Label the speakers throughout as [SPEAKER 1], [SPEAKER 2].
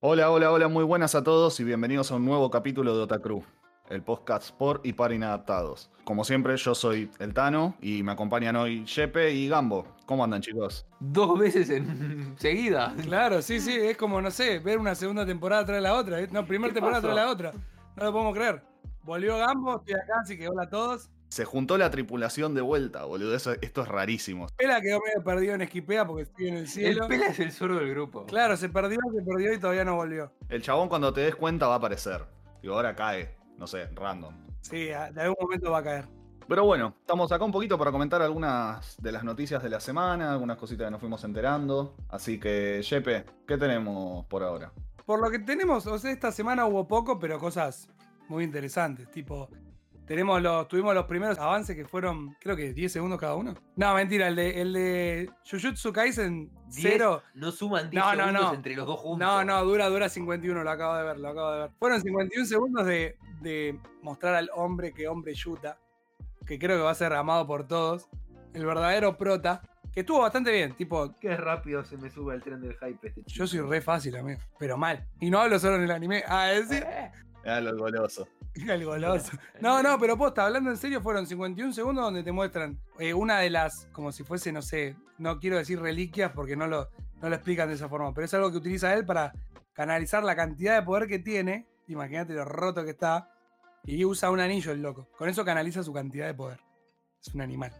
[SPEAKER 1] Hola, hola, hola, muy buenas a todos y bienvenidos a un nuevo capítulo de Otacru, el podcast por y para inadaptados. Como siempre, yo soy El Tano y me acompañan hoy Yepe y Gambo. ¿Cómo andan, chicos?
[SPEAKER 2] Dos veces en seguida.
[SPEAKER 3] Claro, sí, sí, es como, no sé, ver una segunda temporada tras la otra. ¿eh? No, primera
[SPEAKER 2] ¿Qué
[SPEAKER 3] temporada
[SPEAKER 2] pasó?
[SPEAKER 3] tras la otra. No lo podemos creer. Volvió Gambo, estoy acá, así que hola a todos.
[SPEAKER 1] Se juntó la tripulación de vuelta, boludo. eso- esto es rarísimo.
[SPEAKER 3] Pela quedó medio perdido en Esquipea porque estoy en el
[SPEAKER 2] El
[SPEAKER 3] cielo.
[SPEAKER 2] Pela es el zurdo del grupo.
[SPEAKER 3] Claro, se perdió, se perdió y todavía no volvió.
[SPEAKER 1] El chabón, cuando te des cuenta, va a aparecer. Digo, ahora cae, no sé, random.
[SPEAKER 3] Sí, a- de algún momento va a caer.
[SPEAKER 1] Pero bueno, estamos acá un poquito para comentar algunas de las noticias de la semana, algunas cositas que nos fuimos enterando. Así que, Yepe, ¿qué tenemos por ahora?
[SPEAKER 3] Por lo que tenemos, o sea, esta semana hubo poco, pero cosas muy interesantes. Tipo, tenemos los, tuvimos los primeros avances que fueron, creo que 10 segundos cada uno. No, mentira, el de, el de Jujutsu Kaisen
[SPEAKER 2] Diez
[SPEAKER 3] 0.
[SPEAKER 2] No suman 10
[SPEAKER 3] No, no,
[SPEAKER 2] segundos
[SPEAKER 3] no.
[SPEAKER 2] entre los dos juntos.
[SPEAKER 3] No, no, dura, dura 51, lo acabo de ver, lo acabo de ver. Fueron 51 segundos de, de mostrar al hombre que hombre yuta, que creo que va a ser amado por todos, el verdadero prota, que estuvo bastante bien, tipo,
[SPEAKER 4] Qué rápido se me sube el tren del hype este chico.
[SPEAKER 3] yo soy
[SPEAKER 2] Eh,
[SPEAKER 3] re fácil, amigo, pero mal. Y no hablo solo en el anime, ah, es decir,
[SPEAKER 2] Eh,
[SPEAKER 1] Ah, lo goloso.
[SPEAKER 3] el goloso. No, no, pero posta, hablando en serio, fueron 51 segundos donde te muestran eh, una de las, como si fuese, no sé, no quiero decir reliquias porque no lo, no lo explican de esa forma, pero es algo que utiliza él para canalizar la cantidad de poder que tiene. Imagínate lo roto que está. Y usa un anillo el loco. Con eso canaliza su cantidad de poder. Es un animal.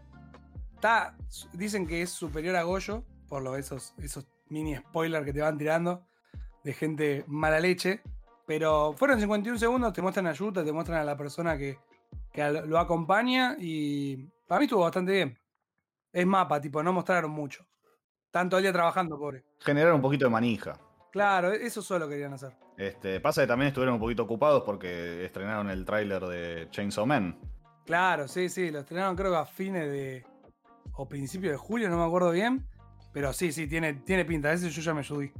[SPEAKER 3] Está, dicen que es superior a Goyo, por lo esos, esos mini spoilers que te van tirando de gente mala leche. Pero fueron 51 segundos, te muestran a Yuta, te muestran a la persona que, que al- lo acompaña y para mí estuvo bastante bien. Es mapa, tipo, no mostraron mucho. Tanto el día trabajando, pobre.
[SPEAKER 1] Generar un poquito de manija.
[SPEAKER 3] Claro, e-, eso solo querían hacer.
[SPEAKER 1] Este, pasa que también estuvieron un poquito ocupados porque estrenaron el tráiler de Chainsaw Man.
[SPEAKER 3] Claro, sí, sí, lo estrenaron creo que a fines de. o principio de julio, no me acuerdo bien. Pero sí, sí, tiene, tiene pinta. Ese yo ya me ayudé.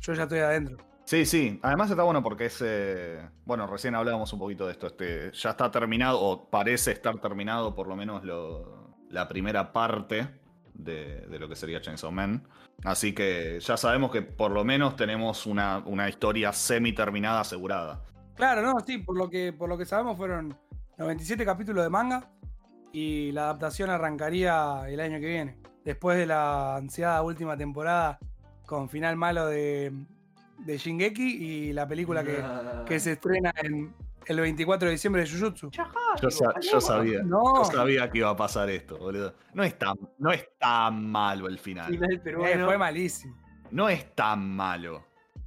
[SPEAKER 3] Yo ya estoy adentro.
[SPEAKER 1] Sí, sí. Además está bueno porque es. eh, bueno, recién hablábamos un poquito de esto. Este, ya está terminado, o parece estar terminado por lo menos lo- la primera parte de, de lo que sería Chainsaw Man. Así que ya sabemos que por lo menos tenemos una, una historia semi terminada asegurada.
[SPEAKER 3] Claro, no, sí, por lo que, por lo que sabemos fueron 97 capítulos de manga y la adaptación arrancaría el año que viene. Después de la ansiada última temporada con final malo de, de Shingeki y la película que,
[SPEAKER 2] nah.
[SPEAKER 3] que se estrena en el 24 de diciembre de Jujutsu.
[SPEAKER 1] Yo, sa- yo sabía.
[SPEAKER 3] No,
[SPEAKER 1] Yo sabía que iba a pasar esto, boludo. No es tan, no es tan malo el final.
[SPEAKER 2] Final
[SPEAKER 3] eh,
[SPEAKER 2] peruano.
[SPEAKER 3] fue malísimo.
[SPEAKER 1] No es tan malo.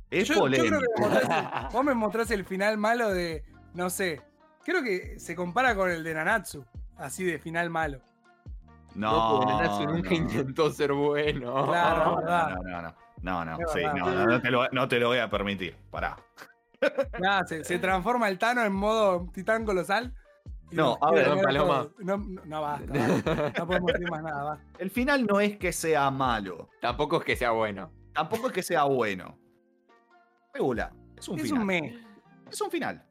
[SPEAKER 1] Es
[SPEAKER 3] Yo- yo creo que
[SPEAKER 1] polémico.
[SPEAKER 3] mostrás- Vos me mostrás el final malo de, no sé, creo que se compara con el de Nanatsu, así de final malo.
[SPEAKER 1] No,
[SPEAKER 2] porque Nanatsu
[SPEAKER 1] no,
[SPEAKER 2] nunca
[SPEAKER 1] no,
[SPEAKER 2] intentó ser bueno.
[SPEAKER 3] Claro,
[SPEAKER 1] no,
[SPEAKER 3] verdad.
[SPEAKER 1] no, no, no. No, no,
[SPEAKER 3] Es
[SPEAKER 1] sí,
[SPEAKER 3] verdad.
[SPEAKER 1] no, no, no te lo, no te lo voy a permitir. Pará.
[SPEAKER 3] Nada, se, se transforma el Tano en modo titán colosal. y
[SPEAKER 1] No,
[SPEAKER 3] nos
[SPEAKER 1] a
[SPEAKER 3] quiere
[SPEAKER 1] ver,
[SPEAKER 3] comer
[SPEAKER 2] Paloma.
[SPEAKER 3] todo. No, no, no basta, basta. No podemos decir más nada, basta.
[SPEAKER 1] El final no es que sea malo.
[SPEAKER 2] Tampoco es que sea bueno.
[SPEAKER 1] Tampoco es que sea bueno. Regula. Es un
[SPEAKER 3] Es
[SPEAKER 1] final.
[SPEAKER 3] un mes.
[SPEAKER 1] Es un final.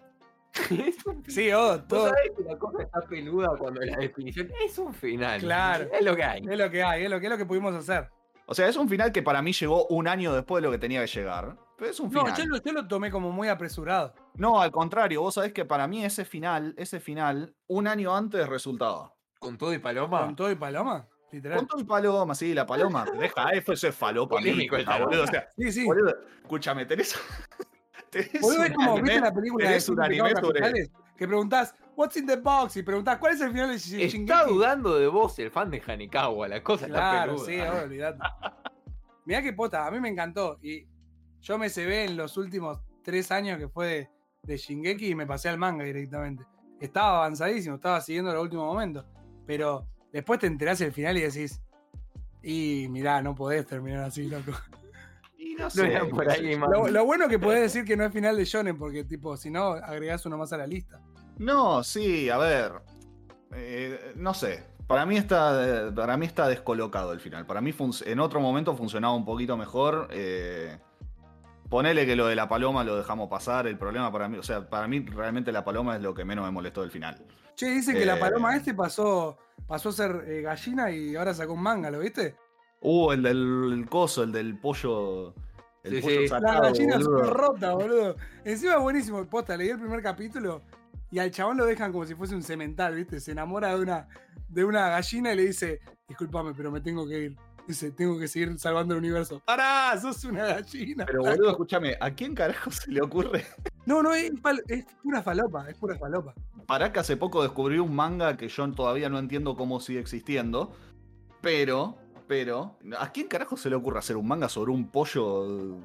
[SPEAKER 2] es un final.
[SPEAKER 3] Sí, oh,
[SPEAKER 2] Vos
[SPEAKER 3] todo.
[SPEAKER 2] sabés que la cosa está peluda cuando la definición es un final.
[SPEAKER 3] Claro.
[SPEAKER 2] Es lo que hay.
[SPEAKER 3] Es lo que hay, es lo que es lo que pudimos hacer.
[SPEAKER 1] O sea, es un final que para mí llegó un año después de lo que tenía que llegar. Pero es un final.
[SPEAKER 3] No, yo lo, yo lo tomé como muy apresurado.
[SPEAKER 1] No, al contrario, vos sabés que para mí ese final, ese final, un año antes resultaba.
[SPEAKER 2] Con todo y
[SPEAKER 1] Ah.
[SPEAKER 2] paloma.
[SPEAKER 3] Con todo y paloma, literal.
[SPEAKER 1] Con todo y paloma, sí, la paloma. Deja, eso, eso es falopa.
[SPEAKER 2] Polémico el
[SPEAKER 1] mija,
[SPEAKER 2] tarado.
[SPEAKER 1] boludo, o sea,
[SPEAKER 3] Sí, sí.
[SPEAKER 1] boludo, escúchame, tenés. tenés
[SPEAKER 3] Boludo, es
[SPEAKER 1] un
[SPEAKER 3] como,
[SPEAKER 1] anime-
[SPEAKER 3] ¿viste la película de
[SPEAKER 1] tenés un
[SPEAKER 3] Siete
[SPEAKER 1] anime
[SPEAKER 3] Pecados
[SPEAKER 1] sobre-
[SPEAKER 3] Capitales? Que preguntás, ¿What's in the box? Y preguntás, ¿cuál es el final de Shi-
[SPEAKER 2] Está
[SPEAKER 3] Shingeki?
[SPEAKER 2] dudando de vos el fan de Hanikawa. La cosa
[SPEAKER 3] Claro,
[SPEAKER 2] está
[SPEAKER 3] sí,
[SPEAKER 2] peluda.
[SPEAKER 3] ahora olvidate. Mirá qué posta, a mí me encantó. Y yo me cebé en los últimos tres años que fue de, de Shingeki y me pasé al manga directamente. Estaba avanzadísimo, estaba siguiendo los últimos momentos. Pero después te enterás el final y decís, y mirá, no podés terminar así, loco.
[SPEAKER 1] Y no
[SPEAKER 2] No
[SPEAKER 1] sé,
[SPEAKER 2] era por ahí, man.
[SPEAKER 3] Lo, lo bueno que podés decir que no es final de Shonen, porque tipo, si no, agregás uno más a la lista.
[SPEAKER 1] No, sí, a ver. eh, no sé. Para mí, está, para mí está descolocado el final. Para mí func- en otro momento funcionaba un poquito mejor. eh, ponele que lo de la paloma lo dejamos pasar. El problema para mí, o sea, para mí realmente la paloma es lo que menos me molestó del final.
[SPEAKER 3] Che, dicen que la
[SPEAKER 1] Eh.
[SPEAKER 3] paloma este pasó, pasó a ser eh, gallina y ahora sacó un manga, ¿lo viste?
[SPEAKER 1] Uh, el del el coso, el del pollo. El El
[SPEAKER 2] Sí,
[SPEAKER 1] pollo
[SPEAKER 2] sí.
[SPEAKER 1] salado,
[SPEAKER 3] La gallina es
[SPEAKER 1] boludo.
[SPEAKER 3] súper rota, boludo. Encima es buenísimo. Posta, leí el primer capítulo y al chabón lo dejan como si fuese un cemental, ¿viste? Se enamora de una, de una gallina y le dice, discúlpame, pero me tengo que ir. Dice, tengo que seguir salvando el universo. ¡Pará! ¡Sos una gallina!
[SPEAKER 1] Pero boludo, escúchame, ¿a quién carajo se le ocurre?
[SPEAKER 3] No, no, es, fal- es pura falopa, es pura falopa.
[SPEAKER 1] Pará que hace poco descubrí un manga que yo todavía no entiendo cómo sigue existiendo. Pero, pero, ¿a quién carajo se le ocurre hacer un manga sobre un pollo.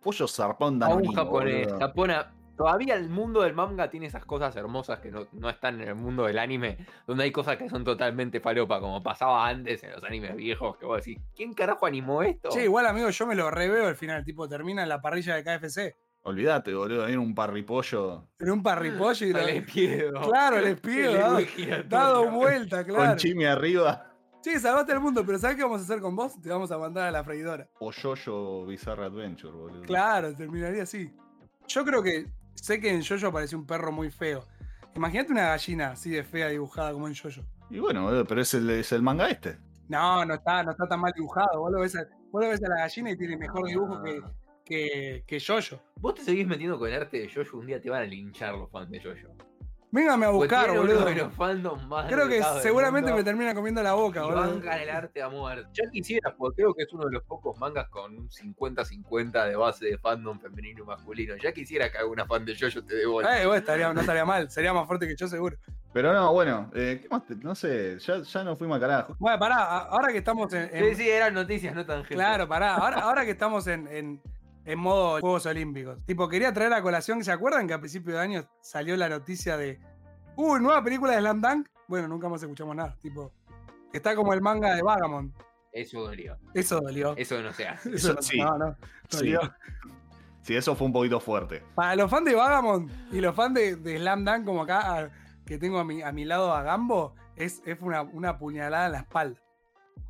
[SPEAKER 1] pollo zarpón
[SPEAKER 2] A un
[SPEAKER 1] danonino,
[SPEAKER 2] japonés.
[SPEAKER 1] boludo?
[SPEAKER 2] Japón a- Todavía el mundo del manga tiene esas cosas hermosas que no, no están en el mundo del anime, donde hay cosas que son totalmente falopa, como pasaba antes en los animes viejos, que vos decís, ¿quién carajo animó esto?
[SPEAKER 3] Che, igual, amigo, yo me lo reveo al final. Tipo, termina en la parrilla de KFC.
[SPEAKER 1] Olvídate, boludo, hay un parripollo.
[SPEAKER 3] En un
[SPEAKER 1] Ah,
[SPEAKER 3] parripollo y lo...
[SPEAKER 2] les pido.
[SPEAKER 3] Claro, les pido. dado- Dado vuelta,
[SPEAKER 1] Con
[SPEAKER 3] claro.
[SPEAKER 1] chimi arriba.
[SPEAKER 3] Che, salvaste el mundo, pero ¿sabes qué vamos a hacer con vos? Te vamos a mandar a la freidora.
[SPEAKER 1] O Yoyo Bizarre Adventure, boludo.
[SPEAKER 3] Claro, terminaría así. Yo creo que sé que en Yoyo aparece un perro muy feo. Imagínate una gallina así de fea dibujada como en Yoyo.
[SPEAKER 1] Y bueno, boludo, pero es el, es el manga este.
[SPEAKER 3] No, no está, no está tan mal dibujado. Vos lo ves a, vos lo ves a la gallina y tiene mejor dibujo que, que, que Yoyo.
[SPEAKER 2] Ah. Vos te seguís metiendo con el arte de Jojo, un día te van a linchar los fans de Jojo.
[SPEAKER 3] Véngame a buscar,
[SPEAKER 2] Porque Pues tiene uno
[SPEAKER 3] boludo.
[SPEAKER 2] de los fandom más
[SPEAKER 3] Creo que
[SPEAKER 2] dedicados del
[SPEAKER 3] seguramente me
[SPEAKER 2] mundo
[SPEAKER 3] termina comiendo la boca,
[SPEAKER 2] y
[SPEAKER 3] boludo.
[SPEAKER 2] bancan el arte a muerte. Ya quisieras, porque creo que es uno de los pocos mangas con un 50-50 de base de fandom femenino y masculino. Ya quisiera que alguna fan de Jojo te dé bola.
[SPEAKER 3] Eh, bueno, estaría, no estaría mal, sería más fuerte que yo seguro.
[SPEAKER 1] Pero no, bueno, eh, ¿qué más te- no sé, ya, ya no fuimos a carajo.
[SPEAKER 3] Bueno, pará, a- ahora que estamos en. en-
[SPEAKER 2] Sí, sí, eran noticias no tan
[SPEAKER 3] Claro, pará. Ahora, ahora que estamos en, en- en modo Juegos Olímpicos. Tipo, quería traer a colación, ¿se acuerdan que a principio de año salió la noticia de. Uh, nueva película de Slam Dunk? Bueno, nunca más escuchamos nada. Tipo, está como el manga de Vagamon.
[SPEAKER 2] Eso dolió.
[SPEAKER 3] Eso dolió.
[SPEAKER 2] Eh, Eso no se hace.
[SPEAKER 1] Eso sí.
[SPEAKER 3] No, no.
[SPEAKER 1] Sí.
[SPEAKER 3] Dolió.
[SPEAKER 1] sí, eso fue un poquito fuerte.
[SPEAKER 3] Para los fans de Vagamon y los fans de, de Slam Dunk, como acá, a- que tengo a mi, a mi lado a Gambo, es, es una, una puñalada en la espalda.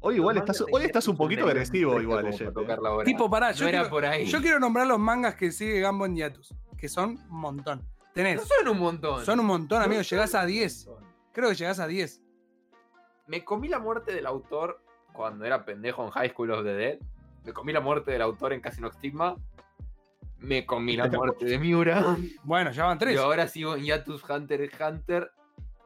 [SPEAKER 1] Hoy igual
[SPEAKER 2] Los
[SPEAKER 1] estás,
[SPEAKER 2] mangas
[SPEAKER 1] hoy
[SPEAKER 2] tenían
[SPEAKER 1] estás un poquito
[SPEAKER 2] nivel
[SPEAKER 1] agresivo
[SPEAKER 2] perfecto
[SPEAKER 1] igual,
[SPEAKER 2] como
[SPEAKER 1] Jeff,
[SPEAKER 2] para
[SPEAKER 1] eh.
[SPEAKER 2] tocarla ahora.
[SPEAKER 3] Tipo, pará,
[SPEAKER 2] no
[SPEAKER 3] yo,
[SPEAKER 2] era
[SPEAKER 3] quiero,
[SPEAKER 2] por ahí.
[SPEAKER 3] yo quiero nombrar los mangas que sigue Gambo en Yatus, que son un montón. Tenés
[SPEAKER 2] No son un montón.
[SPEAKER 3] Son un montón, amigo.
[SPEAKER 2] No son
[SPEAKER 3] Llegás a
[SPEAKER 2] un
[SPEAKER 3] 10.
[SPEAKER 2] montón.
[SPEAKER 3] Creo que llegás a 10.
[SPEAKER 2] Me comí la muerte del autor cuando era pendejo en High School of the Dead. Me comí la muerte del autor en Casino Stigma. Me comí la muerte de Miura.
[SPEAKER 3] Bueno, ya van 3.
[SPEAKER 2] Y ahora sigo en Yatus Hunter x Hunter.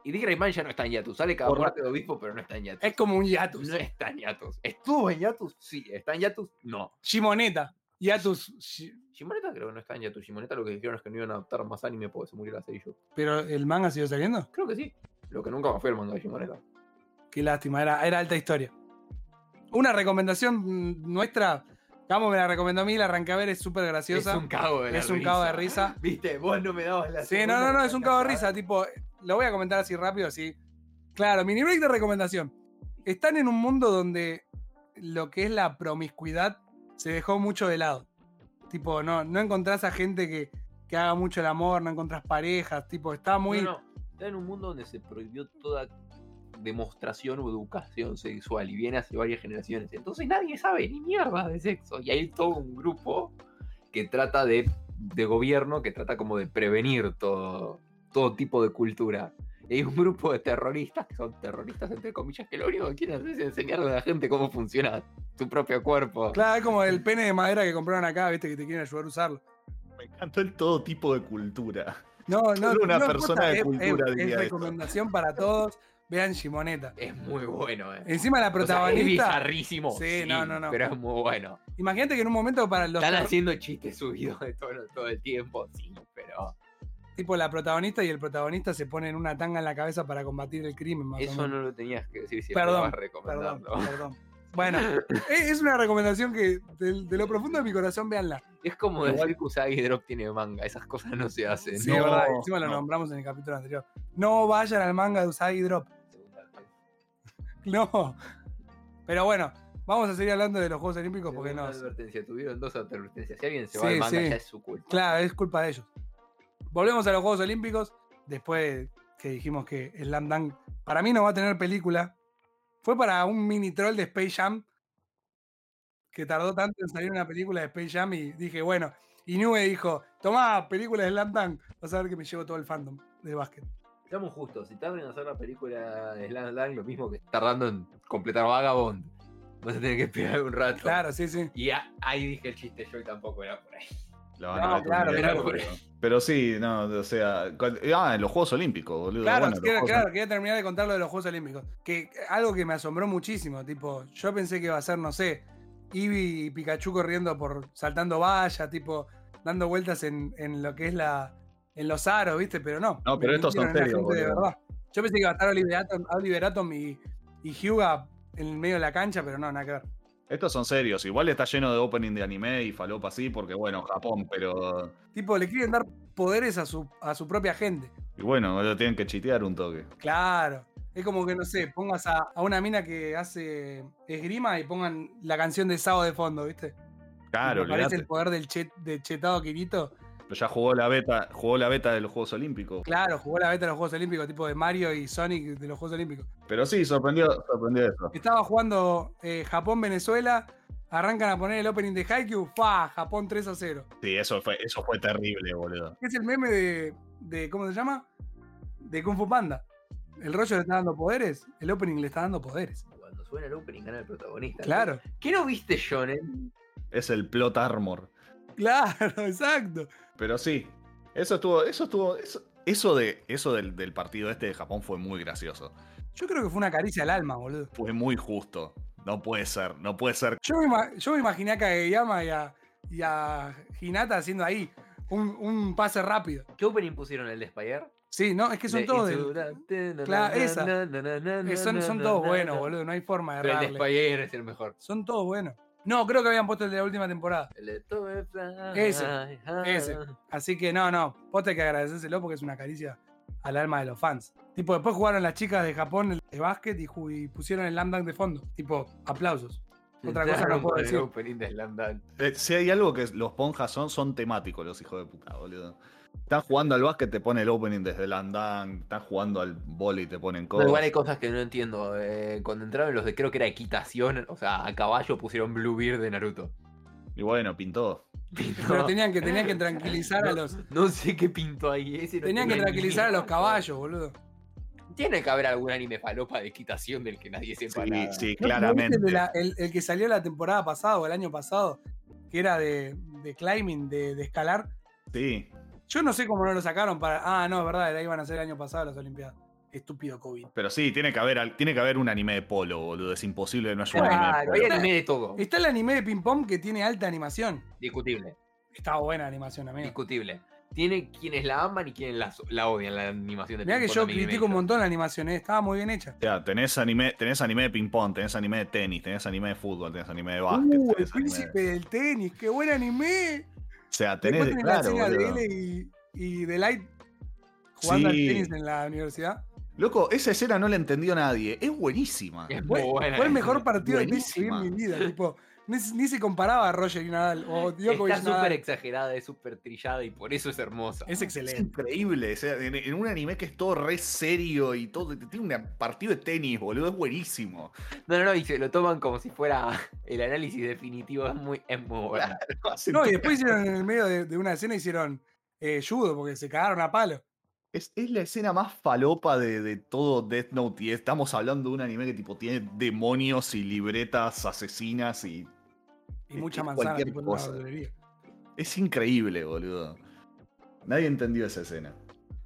[SPEAKER 2] Y Digra Man ya no está en Yatus. Sale cada
[SPEAKER 1] Por la-
[SPEAKER 2] muerte de obispo, pero no está en Yatus.
[SPEAKER 3] Es como un Yatus.
[SPEAKER 2] No está en Yatus. ¿Estuvo en Yatus? Sí. ¿Está en Yatus? No.
[SPEAKER 3] Shimoneta. Yatus. shi-
[SPEAKER 2] Shimoneta creo que no está en Yatus. Shimoneta lo que dijeron es que no iban a adaptar más anime porque se murió la Seiyuu.
[SPEAKER 3] Pero el manga siguió saliendo.
[SPEAKER 2] Creo que sí. Lo que nunca me fue el manga de Shimoneta.
[SPEAKER 3] Qué lástima, era, era alta historia. Una recomendación mm, nuestra. Camo me la recomendó a mí, la arranqué a ver, es súper graciosa.
[SPEAKER 2] Es un cago de la
[SPEAKER 3] Es un cago de risa.
[SPEAKER 2] Viste, vos no me dabas la
[SPEAKER 3] Sí, no,
[SPEAKER 2] segunda
[SPEAKER 3] no, no,
[SPEAKER 2] para
[SPEAKER 3] es un cago de
[SPEAKER 2] acabar.
[SPEAKER 3] risa. Tipo, lo voy a comentar así rápido, así. Claro, mini break de recomendación. Están en un mundo donde lo que es la promiscuidad se dejó mucho de lado. Tipo, no, no encontrás a gente que, que haga mucho el amor, no encontrás parejas, tipo, está muy.
[SPEAKER 2] No, no, Está en un mundo donde se prohibió toda demostración o educación sexual y viene hace varias generaciones. Entonces nadie sabe ni mierda de sexo. Y hay todo un grupo que trata de, de gobierno, que trata como de prevenir todo, todo tipo de cultura. Y hay un grupo de terroristas, que son terroristas entre comillas, que lo único que quieren hacer es enseñarle a la gente cómo funciona su propio cuerpo.
[SPEAKER 3] Claro, es como el pene de madera que compraron acá, viste, que te quieren ayudar a usarlo.
[SPEAKER 1] Me encantó el todo tipo de cultura.
[SPEAKER 3] No, no,
[SPEAKER 1] Solo una
[SPEAKER 3] no
[SPEAKER 1] persona
[SPEAKER 3] posta,
[SPEAKER 1] de
[SPEAKER 3] es- es-
[SPEAKER 1] cultura
[SPEAKER 3] es,
[SPEAKER 1] diría esto.
[SPEAKER 3] recomendación para todos. Vean Shimoneta.
[SPEAKER 2] Es muy bueno, eh.
[SPEAKER 3] Encima la
[SPEAKER 2] O sea, es
[SPEAKER 3] protagonista.
[SPEAKER 2] bizarrísimo.
[SPEAKER 3] Sí, no, no, no.
[SPEAKER 2] Pero es muy bueno.
[SPEAKER 3] imagínate que en un momento para los
[SPEAKER 2] Están
[SPEAKER 3] ter-
[SPEAKER 2] haciendo chistes subidos de tono todo el tiempo, sí, pero
[SPEAKER 3] tipo la protagonista y el protagonista se ponen una tanga en la cabeza para combatir el crimen. más o
[SPEAKER 2] eso
[SPEAKER 3] menos.
[SPEAKER 2] no lo tenías que decir si
[SPEAKER 3] Perdón,
[SPEAKER 2] estabas
[SPEAKER 3] Perdón,
[SPEAKER 2] recomendando.
[SPEAKER 3] perdón. Bueno, es es una recomendación que de, de lo profundo de mi corazón, véanla.
[SPEAKER 2] Es como decir que Usagi Drop tiene manga, esas cosas no se hacen.
[SPEAKER 3] Sí,
[SPEAKER 1] no,
[SPEAKER 3] es verdad, encima lo
[SPEAKER 1] no.
[SPEAKER 3] nombramos en el capítulo anterior. No vayan al manga de Usagi Drop. No. Pero bueno, vamos a seguir hablando de los Juegos Olímpicos porque
[SPEAKER 2] Segunda
[SPEAKER 3] no.
[SPEAKER 2] advertencia, tuvieron dos advertencias. Si alguien se va
[SPEAKER 3] Sí,
[SPEAKER 2] al manga,
[SPEAKER 3] sí.
[SPEAKER 2] ya es su culpa.
[SPEAKER 3] Claro, es culpa de ellos. Volvemos a los Juegos Olímpicos. Después que dijimos que Slam Dunk para mí no va a tener película. Fue para un mini troll de Space Jam que tardó tanto en salir una película de Space Jam y dije, bueno, y Nube dijo, tomá, película de Slam Dunk, vas a ver que me llevo todo el fandom de básquet.
[SPEAKER 2] Estamos justos, si tardan en hacer la película de Slam Dunk, lo mismo que tardando en completar Vagabond, Vas a tener que esperar un rato.
[SPEAKER 3] Claro, sí, sí.
[SPEAKER 2] Y a- ahí dije el chiste yo y tampoco era por ahí.
[SPEAKER 1] La van
[SPEAKER 3] No,
[SPEAKER 1] a ver
[SPEAKER 3] claro,
[SPEAKER 1] también,
[SPEAKER 2] claro.
[SPEAKER 1] Pero, pero sí, no, o sea. cual- Ah, en los Juegos Olímpicos, boludo.
[SPEAKER 3] Claro,
[SPEAKER 1] bueno, los
[SPEAKER 3] quiero-
[SPEAKER 1] Juegos
[SPEAKER 3] claro, quería terminar de contar lo de los Juegos Olímpicos. Que algo que me asombró muchísimo, tipo, yo pensé que iba a ser, no sé, Eevee y Pikachu corriendo por, saltando vallas, tipo, dando vueltas en, en lo que es la, en los aros, ¿viste? Pero no.
[SPEAKER 1] No,
[SPEAKER 3] me
[SPEAKER 1] pero estos son
[SPEAKER 3] metieron en la
[SPEAKER 1] serios,
[SPEAKER 3] gente de
[SPEAKER 1] boludo.
[SPEAKER 3] verdad. Yo pensé que iba a estar Oliver Atom, Oliver Atom y, y Hyuga en el medio de la cancha, pero no, nada que ver.
[SPEAKER 1] Estos son serios. Igual está lleno de opening de anime y falopa así, porque bueno, Japón, pero.
[SPEAKER 3] Tipo, le quieren dar poderes a su, a su propia gente.
[SPEAKER 1] Y bueno, lo tienen que chitear un toque.
[SPEAKER 3] Claro. Es como que, no sé, pongas a, a una mina que hace esgrima y pongan la canción de Sao de fondo, ¿viste?
[SPEAKER 1] Claro,
[SPEAKER 3] Parece
[SPEAKER 1] olvidate.
[SPEAKER 3] el poder del, che- del chetado Kirito.
[SPEAKER 1] Pero ya jugó la beta, jugó la beta de los Juegos Olímpicos.
[SPEAKER 3] Claro, jugó la beta de los Juegos Olímpicos, tipo de Mario y Sonic de los Juegos Olímpicos.
[SPEAKER 1] Pero sí, sorprendió, sorprendió eso.
[SPEAKER 3] Estaba jugando eh, Japón-Venezuela, arrancan a poner el opening de Haikyuu, ¡fa! Japón 3 a 0.
[SPEAKER 1] Sí, eso fue, eso fue terrible, boludo.
[SPEAKER 3] Es el meme de, de- ¿cómo se llama? De Kung Fu Panda. El rollo le está dando poderes, el opening le está dando poderes.
[SPEAKER 2] Cuando suena el opening gana el protagonista.
[SPEAKER 3] Claro.
[SPEAKER 2] ¿Qué no viste, Shonen?
[SPEAKER 1] Es el plot armor.
[SPEAKER 3] Claro, exacto.
[SPEAKER 1] Pero sí, eso estuvo, eso estuvo, eso, eso de, eso del, del partido este de Japón fue muy gracioso.
[SPEAKER 3] Yo creo que fue una caricia al alma, boludo.
[SPEAKER 1] Fue muy justo. No puede ser, no puede ser.
[SPEAKER 3] Yo me, ima- yo me imaginé a Kageyama y a, y a Hinata haciendo ahí un, un pase rápido.
[SPEAKER 2] ¿Qué opening pusieron el de Spire?
[SPEAKER 3] Sí, no, es que son todos. del- Claro, esa. eh, son, son todos buenos, boludo. No hay forma de
[SPEAKER 2] Pero el de
[SPEAKER 3] errarle.
[SPEAKER 2] Spire es el mejor.
[SPEAKER 3] Son todos buenos. No, creo que habían puesto el de la última temporada.
[SPEAKER 2] El de Todo es plan.
[SPEAKER 3] Ese,
[SPEAKER 2] Ah,
[SPEAKER 3] ese. Así que no, no. Vos tenés que agradecérselo porque es una caricia al alma de los fans. Tipo, después jugaron las chicas de Japón el de básquet y, ju- y pusieron el Lamb Dunk de fondo. Tipo, aplausos. Otra cosa no
[SPEAKER 2] Entraron
[SPEAKER 3] puedo
[SPEAKER 2] con el
[SPEAKER 3] decir.
[SPEAKER 2] opening de Slam Dunk.
[SPEAKER 1] Eh, si hay algo que los ponjas son, son temáticos los hijos de puta, boludo. Están jugando al básquet, te pone el opening desde el andán. Están jugando al vóley, te ponen
[SPEAKER 2] No,
[SPEAKER 1] cosas.
[SPEAKER 2] igual hay cosas que no entiendo. eh, cuando entraron los de creo que era equitación, o sea, a caballo pusieron Bluebeard de Naruto.
[SPEAKER 1] Y bueno, pintó.
[SPEAKER 3] Pero tenían que, tenían que tranquilizar a
[SPEAKER 2] No,
[SPEAKER 3] los.
[SPEAKER 2] No sé qué pintó ahí. Ese no
[SPEAKER 3] Tenían que
[SPEAKER 2] tenía ni
[SPEAKER 3] tranquilizar a los
[SPEAKER 2] idea.
[SPEAKER 3] caballos, boludo.
[SPEAKER 2] Tiene que haber algún anime falopa de equitación del que nadie sepa
[SPEAKER 1] Sí,
[SPEAKER 2] nada.
[SPEAKER 1] sí,
[SPEAKER 3] ¿No- no
[SPEAKER 1] claramente.
[SPEAKER 3] viste el de la- el, el que salió la temporada pasada o el año pasado, que era de, de climbing, de, de escalar.
[SPEAKER 1] Sí.
[SPEAKER 3] Yo no sé cómo no lo sacaron para. Ah, no, es verdad, era iban a ser el año pasado las Olimpiadas. Estúpido COVID.
[SPEAKER 1] Pero sí, tiene que haber, al- tiene que haber un anime de polo, boludo. Es imposible que no haya un anime de
[SPEAKER 2] Claro,
[SPEAKER 1] polo.
[SPEAKER 2] hay anime de todo.
[SPEAKER 3] Está el anime de ping-pong que tiene alta animación.
[SPEAKER 2] Discutible,
[SPEAKER 3] Está buena animación, amigo.
[SPEAKER 2] discutible. Tiene quienes la aman y quienes la, la odian, la animación de
[SPEAKER 3] Mirá que
[SPEAKER 2] Ping Pong
[SPEAKER 3] yo
[SPEAKER 2] a mí me
[SPEAKER 3] critico un
[SPEAKER 2] hizo.
[SPEAKER 3] montón la animación, eh, estaba muy bien hecha.
[SPEAKER 1] O sea, tenés anime, tenés anime de ping-pong, tenés anime de tenis, tenés anime de fútbol, tenés anime de básquet.
[SPEAKER 3] Uh, el
[SPEAKER 1] tenés anime de-
[SPEAKER 3] príncipe del tenis, qué buen anime.
[SPEAKER 1] O sea,
[SPEAKER 3] Después
[SPEAKER 1] tenés.
[SPEAKER 3] tenés la
[SPEAKER 1] Claro,
[SPEAKER 3] escena de
[SPEAKER 1] boludo.
[SPEAKER 3] L y, y de Light jugando
[SPEAKER 1] Sí.
[SPEAKER 3] al tenis en la universidad.
[SPEAKER 1] Loco, esa escena no la entendió nadie. Es buenísima.
[SPEAKER 2] Es muy
[SPEAKER 3] Fue,
[SPEAKER 2] buena.
[SPEAKER 3] fue el
[SPEAKER 2] esa.
[SPEAKER 3] mejor partido de tenis que vi en mi
[SPEAKER 1] Buenísima.
[SPEAKER 3] vida. tipo, ni, se- ni se comparaba a Roger y Nadal o Djokovic
[SPEAKER 2] Está
[SPEAKER 3] y Nadal.
[SPEAKER 2] súper exagerada, es súper trillada y por eso es hermosa.
[SPEAKER 3] Es
[SPEAKER 1] Es
[SPEAKER 3] excelente.
[SPEAKER 1] increíble. O sea, en, en un anime que es todo re serio y todo. Tiene un partido de tenis, boludo. Es buenísimo.
[SPEAKER 2] No, no, no, y se lo toman como si fuera el análisis definitivo. Es muy, es muy buena.
[SPEAKER 1] Hacen
[SPEAKER 3] No, y
[SPEAKER 1] todo-
[SPEAKER 3] después hicieron en el medio de, de una escena hicieron eh, judo porque se cagaron a palo.
[SPEAKER 1] Es, es la escena más falopa de, de todo Death Note. Y estamos hablando de un anime que tipo tiene demonios y libretas asesinas y.
[SPEAKER 3] Y
[SPEAKER 1] Es-
[SPEAKER 3] mucha
[SPEAKER 1] es
[SPEAKER 3] manzana,
[SPEAKER 1] cualquier
[SPEAKER 3] tipo en
[SPEAKER 1] cosa.
[SPEAKER 3] una verdulería.
[SPEAKER 1] Es increíble, boludo. Nadie entendió esa escena.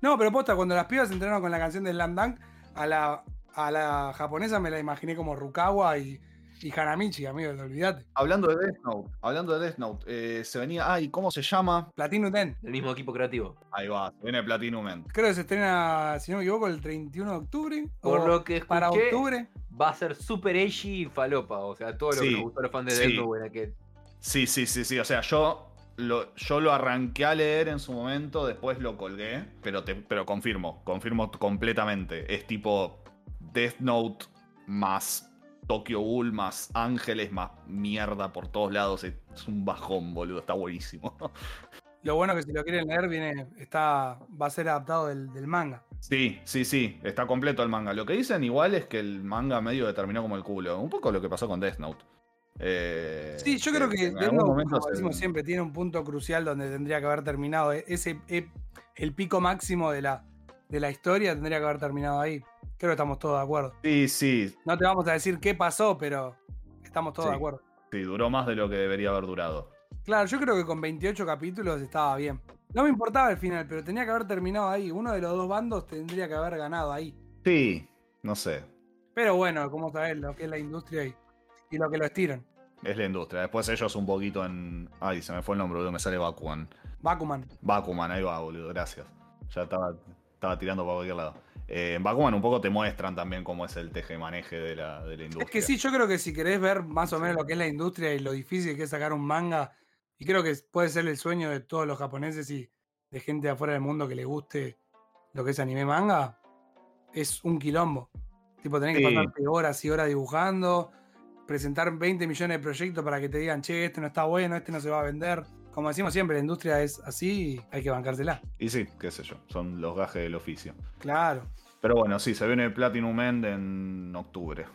[SPEAKER 3] No, pero posta, cuando las pibas entraron con la canción de Slam Dunk, a la, a la japonesa me la imaginé como Rukawa y, y Hanamichi, amigo, olvídate.
[SPEAKER 1] Hablando de Death Note, hablando de Death Note, eh, se venía. Ay, ¿cómo se llama?
[SPEAKER 3] Platinum Ten.
[SPEAKER 2] El mismo equipo creativo.
[SPEAKER 1] Ahí va, se viene Platinum End.
[SPEAKER 3] Creo que se estrena, si no me equivoco, el 31 de octubre.
[SPEAKER 2] Por
[SPEAKER 3] o
[SPEAKER 2] lo que escuché,
[SPEAKER 3] para octubre.
[SPEAKER 2] va a ser super edgy y falopa. O sea, todo lo que
[SPEAKER 1] Sí,
[SPEAKER 2] nos gustó a los fans de
[SPEAKER 1] sí.
[SPEAKER 2] Death Note era que
[SPEAKER 1] Sí, sí, sí, sí. O sea, yo lo, yo lo arranqué a leer en su momento, después lo colgué, pero, te, pero confirmo, confirmo t- completamente. Es tipo Death Note más Tokyo Ghoul, más Ángeles, más mierda por todos lados. Es, es un bajón, boludo. Está buenísimo.
[SPEAKER 3] Lo bueno que si lo quieren leer, viene, está, va a ser adaptado del, del manga.
[SPEAKER 1] Sí, sí, sí. Está completo el manga. Lo que dicen igual es que el manga medio determinó como el culo. Un poco lo que pasó con Death Note. Eh,
[SPEAKER 3] Sí, yo creo que
[SPEAKER 1] en
[SPEAKER 3] Death
[SPEAKER 1] algún
[SPEAKER 3] Note,
[SPEAKER 1] momento
[SPEAKER 3] como
[SPEAKER 1] se-
[SPEAKER 3] decimos siempre, tiene un punto crucial donde tendría que haber terminado. e- Ese, e- el pico máximo de la, de la historia tendría que haber terminado ahí. Creo que estamos todos de acuerdo.
[SPEAKER 1] Sí, sí.
[SPEAKER 3] No te vamos a decir qué pasó, pero Estamos todos
[SPEAKER 1] Sí.
[SPEAKER 3] de acuerdo.
[SPEAKER 1] Sí, duró más de lo que debería haber durado.
[SPEAKER 3] Claro, yo creo que con 28 capítulos estaba bien. No me importaba el final, pero tenía que haber terminado ahí. Uno de los dos bandos tendría que haber ganado ahí.
[SPEAKER 1] Sí, no sé.
[SPEAKER 3] Pero bueno, como sabes lo que es la industria y, y lo que lo estiran.
[SPEAKER 1] Es la industria. Después ellos un poquito en. Ay, se me fue el nombre, boludo. Me sale Bakuman.
[SPEAKER 3] Bakuman.
[SPEAKER 1] Bakuman, ahí va, boludo. Gracias. Ya estaba, estaba tirando para cualquier lado. Eh, en Bakuman un poco te muestran también cómo es el tejemaneje de la, de la industria.
[SPEAKER 3] Es que sí, yo creo que si querés ver más o menos lo que es la industria y lo difícil que es sacar un manga, y creo que puede ser el sueño de todos los japoneses y de gente de afuera del mundo que le guste lo que es anime manga, es un quilombo. Tipo, tenés que
[SPEAKER 1] Sí.
[SPEAKER 3] pasarte horas y horas dibujando, presentar 20 millones de proyectos para que te digan, che, este no está bueno, este no se va a vender. Como decimos siempre, la industria es así y hay que bancársela.
[SPEAKER 1] Y sí, qué sé yo. Son los gajes del oficio.
[SPEAKER 3] Claro.
[SPEAKER 1] Pero bueno, sí, se viene el Platinum End en octubre.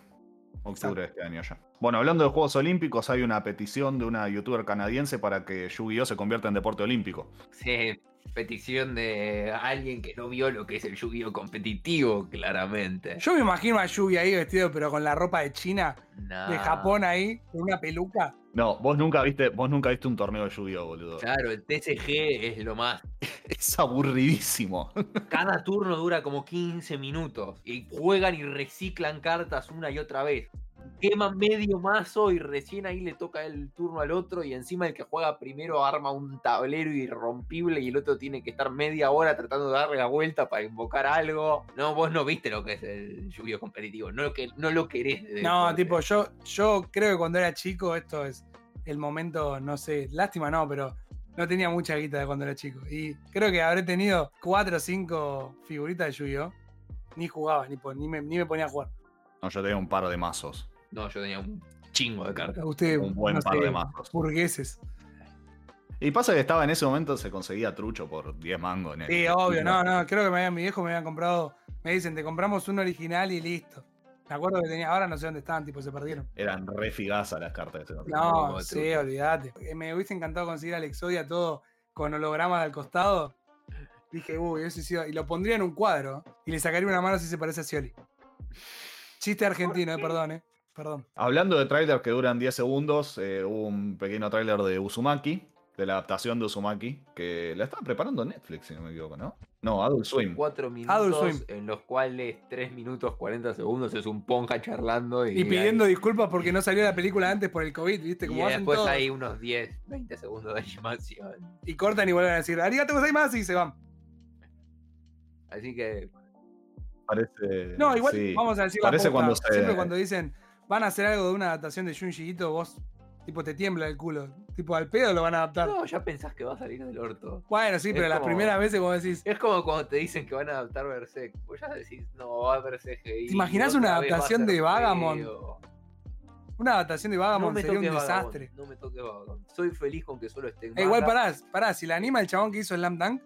[SPEAKER 1] Octubre de este año ya. Bueno, hablando de Juegos Olímpicos, hay una petición de una youtuber canadiense para que Yu-Gi-Oh! se convierta en deporte olímpico.
[SPEAKER 2] Sí, petición de alguien que no vio lo que es el yu competitivo, claramente.
[SPEAKER 3] Yo me imagino a Lluvia ahí vestido, pero con la ropa de China, de
[SPEAKER 2] Nah.
[SPEAKER 3] Japón ahí, con una peluca.
[SPEAKER 1] No, vos nunca viste, vos nunca viste un torneo de Yu-Gi-Oh! boludo.
[SPEAKER 2] Claro, el TCG es lo más.
[SPEAKER 1] Es aburridísimo.
[SPEAKER 2] Cada turno dura como 15 minutos y juegan y reciclan cartas una y otra vez. Queman medio mazo y recién ahí le toca el turno al otro y encima el que juega primero arma un tablero irrompible y el otro tiene que estar media hora tratando de darle la vuelta para invocar algo. No, vos no viste lo que es el yu competitivo, no lo, que, no lo querés. de
[SPEAKER 3] No,
[SPEAKER 2] deporte.
[SPEAKER 3] tipo, yo, yo creo que cuando era chico, esto es el momento, no sé, lástima no, pero no tenía mucha guita de cuando era chico. Y creo que habré tenido cuatro o cinco figuritas de Yu-Gi-Oh! Ni jugaba, ni, po- ni, me, ni me ponía a jugar.
[SPEAKER 1] No, yo tenía un par de mazos.
[SPEAKER 2] No, yo tenía un chingo de cartas.
[SPEAKER 3] Ustedes,
[SPEAKER 1] Un buen
[SPEAKER 3] no
[SPEAKER 1] par
[SPEAKER 3] sé,
[SPEAKER 1] de mazos.
[SPEAKER 3] burgueses.
[SPEAKER 1] Y pasa que estaba en ese momento, se conseguía trucho por 10 mangos en el.
[SPEAKER 3] Sí, obvio, no, no, creo que me habían, mi viejo me habían comprado, me dicen, te compramos un original y listo. Me acuerdo que tenía, ahora no sé dónde estaban, tipo, se perdieron.
[SPEAKER 1] Eran re figazas las cartas de ese torneo.
[SPEAKER 3] No,
[SPEAKER 2] No,
[SPEAKER 3] sí,
[SPEAKER 2] trucho.
[SPEAKER 3] olvídate. Eh, Me hubiese encantado conseguir al Exodia todo con hologramas al costado. Dije, uy, hubiese sido. Y lo pondría en un cuadro y le sacaría una mano si se parece a Scioli. Chiste argentino, eh, perdón, eh. Perdón.
[SPEAKER 1] Hablando de trailers que duran 10 segundos, eh, hubo un pequeño trailer de Uzumaki, de la adaptación de Uzumaki, que la estaba preparando Netflix, si no me equivoco, ¿no? No, Adult Swim.
[SPEAKER 2] cuatro
[SPEAKER 3] Swim.
[SPEAKER 2] minutos en los cuales 3 minutos 40 segundos es un ponja charlando y,
[SPEAKER 3] Y pidiendo disculpas porque no salió la película antes por el COVID, ¿viste?
[SPEAKER 2] y
[SPEAKER 3] Como hacen
[SPEAKER 2] después
[SPEAKER 3] todos.
[SPEAKER 2] hay unos 10, 20 segundos de animación.
[SPEAKER 3] Y cortan y vuelven a decir, arigato hay más y se van.
[SPEAKER 2] Así que
[SPEAKER 1] Parece.
[SPEAKER 3] No, igual
[SPEAKER 1] sí.
[SPEAKER 3] vamos a decir la
[SPEAKER 1] Parece
[SPEAKER 3] posta.
[SPEAKER 1] cuando se-
[SPEAKER 3] Siempre cuando dicen, van a hacer algo de una adaptación de Junji Ito, vos, tipo, te tiembla el culo. Tipo, al pedo lo van a adaptar.
[SPEAKER 2] no, ya pensás que va a salir del orto.
[SPEAKER 3] Bueno, sí,
[SPEAKER 2] Es
[SPEAKER 3] pero las
[SPEAKER 2] como-
[SPEAKER 3] primeras veces como decís,
[SPEAKER 2] Es como cuando te dicen que van a adaptar Berserk. Vos ya decís, no, va a haber CGI.
[SPEAKER 3] ¿Te imaginás una
[SPEAKER 2] otra vez va a
[SPEAKER 3] adaptación
[SPEAKER 2] ser
[SPEAKER 3] de Vagamon?
[SPEAKER 2] feo.
[SPEAKER 3] Una adaptación de
[SPEAKER 2] No
[SPEAKER 3] Vagamon
[SPEAKER 2] me
[SPEAKER 3] sería un
[SPEAKER 2] toques Vagamon,
[SPEAKER 3] desastre.
[SPEAKER 2] no me toques Vagamon. Soy feliz con que solo estén.
[SPEAKER 3] Eh, igual pará, pará, si la anima el chabón que hizo Slam Dunk,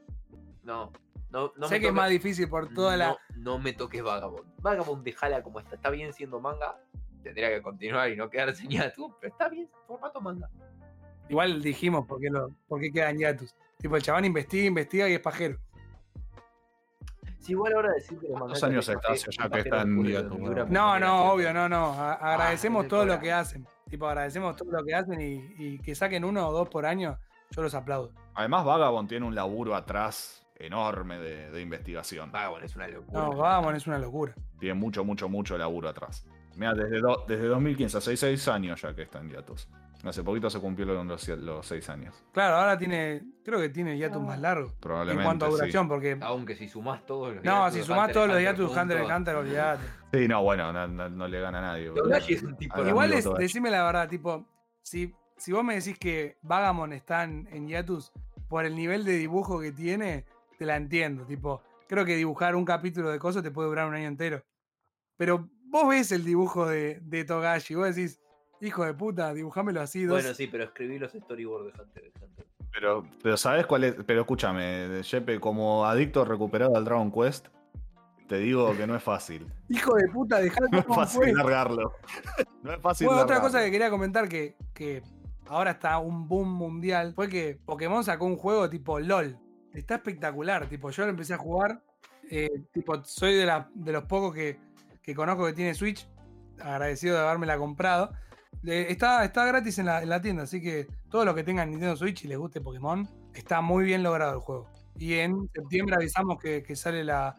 [SPEAKER 2] No, no, no
[SPEAKER 3] sé
[SPEAKER 2] me
[SPEAKER 3] que es
[SPEAKER 2] toques-
[SPEAKER 3] más difícil por toda la.
[SPEAKER 2] No, no me toques Vagabond. Vagabond dejala como está. Está bien siendo manga. Tendría que continuar y no quedarse en Yatu, pero está bien, formato manga.
[SPEAKER 3] Igual dijimos por qué, lo, por qué queda en hiatus. Tipo, el chabón investiga, investiga y es pajero.
[SPEAKER 2] Si igual ahora decir que los
[SPEAKER 1] ¿Cuántos
[SPEAKER 2] mangakas
[SPEAKER 1] años
[SPEAKER 2] son
[SPEAKER 1] está
[SPEAKER 2] pajeros,
[SPEAKER 1] hace ya
[SPEAKER 2] son
[SPEAKER 1] que está
[SPEAKER 2] pajeros
[SPEAKER 1] en
[SPEAKER 2] porque
[SPEAKER 1] Yatu,
[SPEAKER 2] los
[SPEAKER 1] weón?
[SPEAKER 2] dura
[SPEAKER 3] No,
[SPEAKER 2] mucho la Ah,
[SPEAKER 3] no,
[SPEAKER 2] serie.
[SPEAKER 3] obvio, no, no. a- agradecemos
[SPEAKER 2] ese
[SPEAKER 3] todo lo
[SPEAKER 2] programa.
[SPEAKER 3] que hacen. Tipo, agradecemos todo lo que hacen y, y que saquen uno o dos por año, yo los aplaudo.
[SPEAKER 1] Además, Vagabond tiene un laburo atrás enorme de, de investigación.
[SPEAKER 2] Vagabond es una locura.
[SPEAKER 3] No, Vagamon es una locura.
[SPEAKER 1] Tiene mucho, mucho, mucho laburo atrás. Mira, desde, do- desde 2015, hace 6 años ya que está en hiatus. Hace poquito se cumplieron los, los 6 años.
[SPEAKER 3] Claro, ahora tiene, creo que tiene hiatus más largo. En
[SPEAKER 1] Probablemente.
[SPEAKER 3] cuanto a
[SPEAKER 1] sí.
[SPEAKER 3] duración, porque.
[SPEAKER 2] Aunque si sumás todos los.
[SPEAKER 3] No,
[SPEAKER 2] Ah, hiatus
[SPEAKER 3] si
[SPEAKER 2] de
[SPEAKER 3] sumás
[SPEAKER 2] Hunter
[SPEAKER 3] todos los
[SPEAKER 2] x
[SPEAKER 3] hiatus de Hunter x
[SPEAKER 2] juntos,
[SPEAKER 3] Hunter, olvidate.
[SPEAKER 1] Sí, no, bueno, no, no- no le gana a nadie. boludo.
[SPEAKER 2] Togashi es un tipo
[SPEAKER 1] Al
[SPEAKER 2] de-
[SPEAKER 1] amigo
[SPEAKER 3] Igual es,
[SPEAKER 1] Togashi.
[SPEAKER 3] decime la verdad, tipo, si, si vos me decís que Vagamon está en, en hiatus por el nivel de dibujo que tiene, te la entiendo. Tipo, creo que dibujar un capítulo de cosas te puede durar un año entero. Pero vos ves el dibujo de, de Togashi, vos decís, hijo de puta, dibujámelo así, dos.
[SPEAKER 2] Bueno, sí, pero escribí los storyboards de Hunter x Hunter.
[SPEAKER 1] Pero, pero ¿sabes cuál es? Pero escúchame, Jepe, como adicto recuperado al Dragon Quest, te digo que no es fácil.
[SPEAKER 3] Hijo de puta, dejalo
[SPEAKER 1] No es
[SPEAKER 3] como
[SPEAKER 1] fácil
[SPEAKER 3] fue.
[SPEAKER 1] largarlo. No es fácil
[SPEAKER 3] Bueno, otra
[SPEAKER 1] largarlo.
[SPEAKER 3] cosa que quería comentar que, que ahora está un boom mundial fue que Pokémon sacó un juego tipo LOL. Está espectacular, tipo, yo lo empecé a jugar. eh, tipo, soy de, la- de los pocos que, que conozco que tiene Switch. Agradecido de habérmela comprado. Eh, Está, está gratis en la, en la tienda, así que todos los que tengan Nintendo Switch y les guste Pokémon, está muy bien logrado el juego. Y en septiembre avisamos que, que sale la,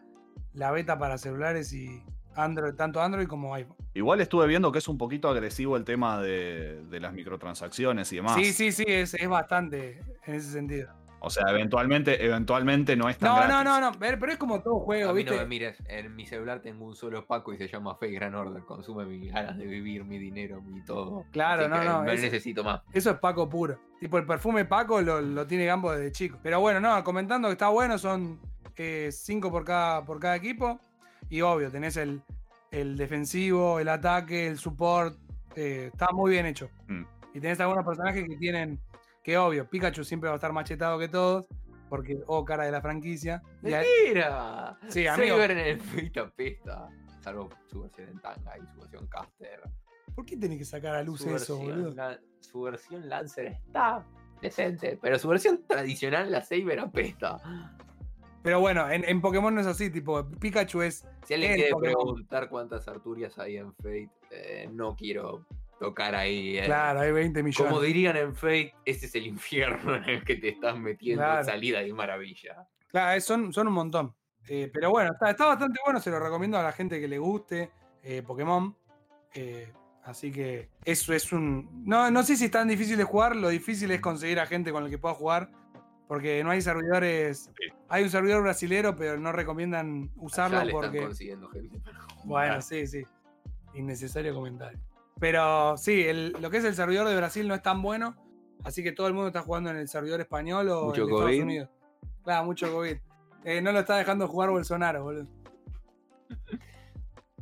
[SPEAKER 3] la beta para celulares y Android, tanto Android como iPhone.
[SPEAKER 1] Igual estuve viendo que es un poquito agresivo el tema de, de las microtransacciones y demás.
[SPEAKER 3] Sí, sí, sí, es, es bastante en ese sentido.
[SPEAKER 1] O sea, eventualmente, eventualmente no es tan
[SPEAKER 3] No,
[SPEAKER 1] gratis.
[SPEAKER 3] no, no, no, ver, pero es como todo juego,
[SPEAKER 2] A mí no
[SPEAKER 3] ¿viste?
[SPEAKER 2] me mires, en mi celular tengo un solo Paco y se llama Face Gran Order. Consume mis ganas de vivir, mi dinero, mi todo.
[SPEAKER 3] Claro,
[SPEAKER 2] Así
[SPEAKER 3] no,
[SPEAKER 2] que
[SPEAKER 3] no, es-
[SPEAKER 2] necesito más.
[SPEAKER 3] Eso es Paco puro. Tipo, el perfume Paco lo, lo tiene Gambo desde chico. Pero bueno, no, comentando que está bueno, son eh, cinco por cada, por cada equipo. Y obvio, tenés el, el defensivo, el ataque, el support. eh, está muy bien hecho.
[SPEAKER 1] Mm.
[SPEAKER 3] Y tenés algunos personajes que tienen, que obvio, Pikachu siempre va a estar machetado que todos, porque, oh, cara de la franquicia. Y a-
[SPEAKER 2] ¡Mentira!
[SPEAKER 3] Sí, amigo.
[SPEAKER 2] Saber en el Fita Pesta. Salvo su versión en tanga y su versión caster.
[SPEAKER 3] ¿Por qué tenés que sacar a luz
[SPEAKER 2] su,
[SPEAKER 3] eso,
[SPEAKER 2] versión,
[SPEAKER 3] boludo?
[SPEAKER 2] la- su versión Lancer está decente, pero su versión tradicional, la Saber, apesta.
[SPEAKER 3] Pero bueno, en, en Pokémon no es así, tipo, Pikachu es.
[SPEAKER 2] Si alguien
[SPEAKER 3] El
[SPEAKER 2] quiere
[SPEAKER 3] Pokémon.
[SPEAKER 2] preguntar cuántas Arturias hay en Fate, eh, no quiero tocar ahí. eh.
[SPEAKER 3] Claro, hay 20 millones.
[SPEAKER 2] Como dirían en Fate, ese es el infierno en el que te estás metiendo
[SPEAKER 3] Claro.
[SPEAKER 2] salida y maravilla.
[SPEAKER 3] Claro, eh, son, son un montón. Eh, pero bueno, está, está bastante bueno, se lo recomiendo a la gente que le guste eh, Pokémon. Eh, así que eso es un... No, no sé si es tan difícil de jugar, lo difícil es conseguir a gente con la que pueda jugar, porque no hay servidores... Hay un servidor brasilero, pero no recomiendan usarlo
[SPEAKER 2] Allá le están
[SPEAKER 3] porque...
[SPEAKER 2] consiguiendo gente para
[SPEAKER 3] Bueno,
[SPEAKER 2] jugar.
[SPEAKER 3] sí, sí. Innecesario comentario. Pero sí, el- lo que es el servidor de Brasil no es tan bueno, así que todo el mundo está jugando en el servidor español o
[SPEAKER 2] Mucho
[SPEAKER 3] en Estados
[SPEAKER 2] COVID.
[SPEAKER 3] Unidos. Claro, mucho COVID. Eh, no lo está dejando jugar Bolsonaro, boludo.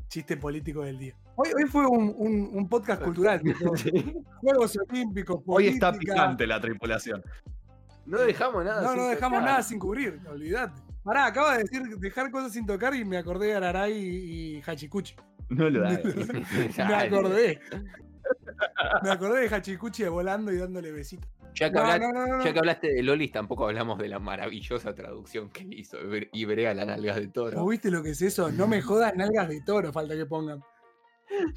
[SPEAKER 3] Chiste político del día. Hoy, hoy fue un, un- un podcast cultural. tipo, Juegos Olímpicos,
[SPEAKER 1] Hoy está
[SPEAKER 3] política.
[SPEAKER 1] picante la tripulación.
[SPEAKER 2] No dejamos nada.
[SPEAKER 3] No,
[SPEAKER 2] sin
[SPEAKER 3] no dejamos
[SPEAKER 2] tocar.
[SPEAKER 3] nada sin cubrir, olvídate. Pará, acaba de decir dejar cosas sin tocar y me acordé de Araray y, y Hachikuchi.
[SPEAKER 1] No lo da.
[SPEAKER 3] Me
[SPEAKER 2] Dale.
[SPEAKER 3] acordé. Me acordé de Hachicuchi volando y dándole besitos.
[SPEAKER 2] Ya que,
[SPEAKER 3] No,
[SPEAKER 2] habla-
[SPEAKER 3] no, no, no, no.
[SPEAKER 2] ya que hablaste de Lolis, tampoco hablamos de la maravillosa traducción que le hizo Iber- Ibrea a la nalga de
[SPEAKER 3] ¿Vos
[SPEAKER 2] toro.
[SPEAKER 3] viste lo que es eso? No me jodas nalgas de toro, falta que pongan.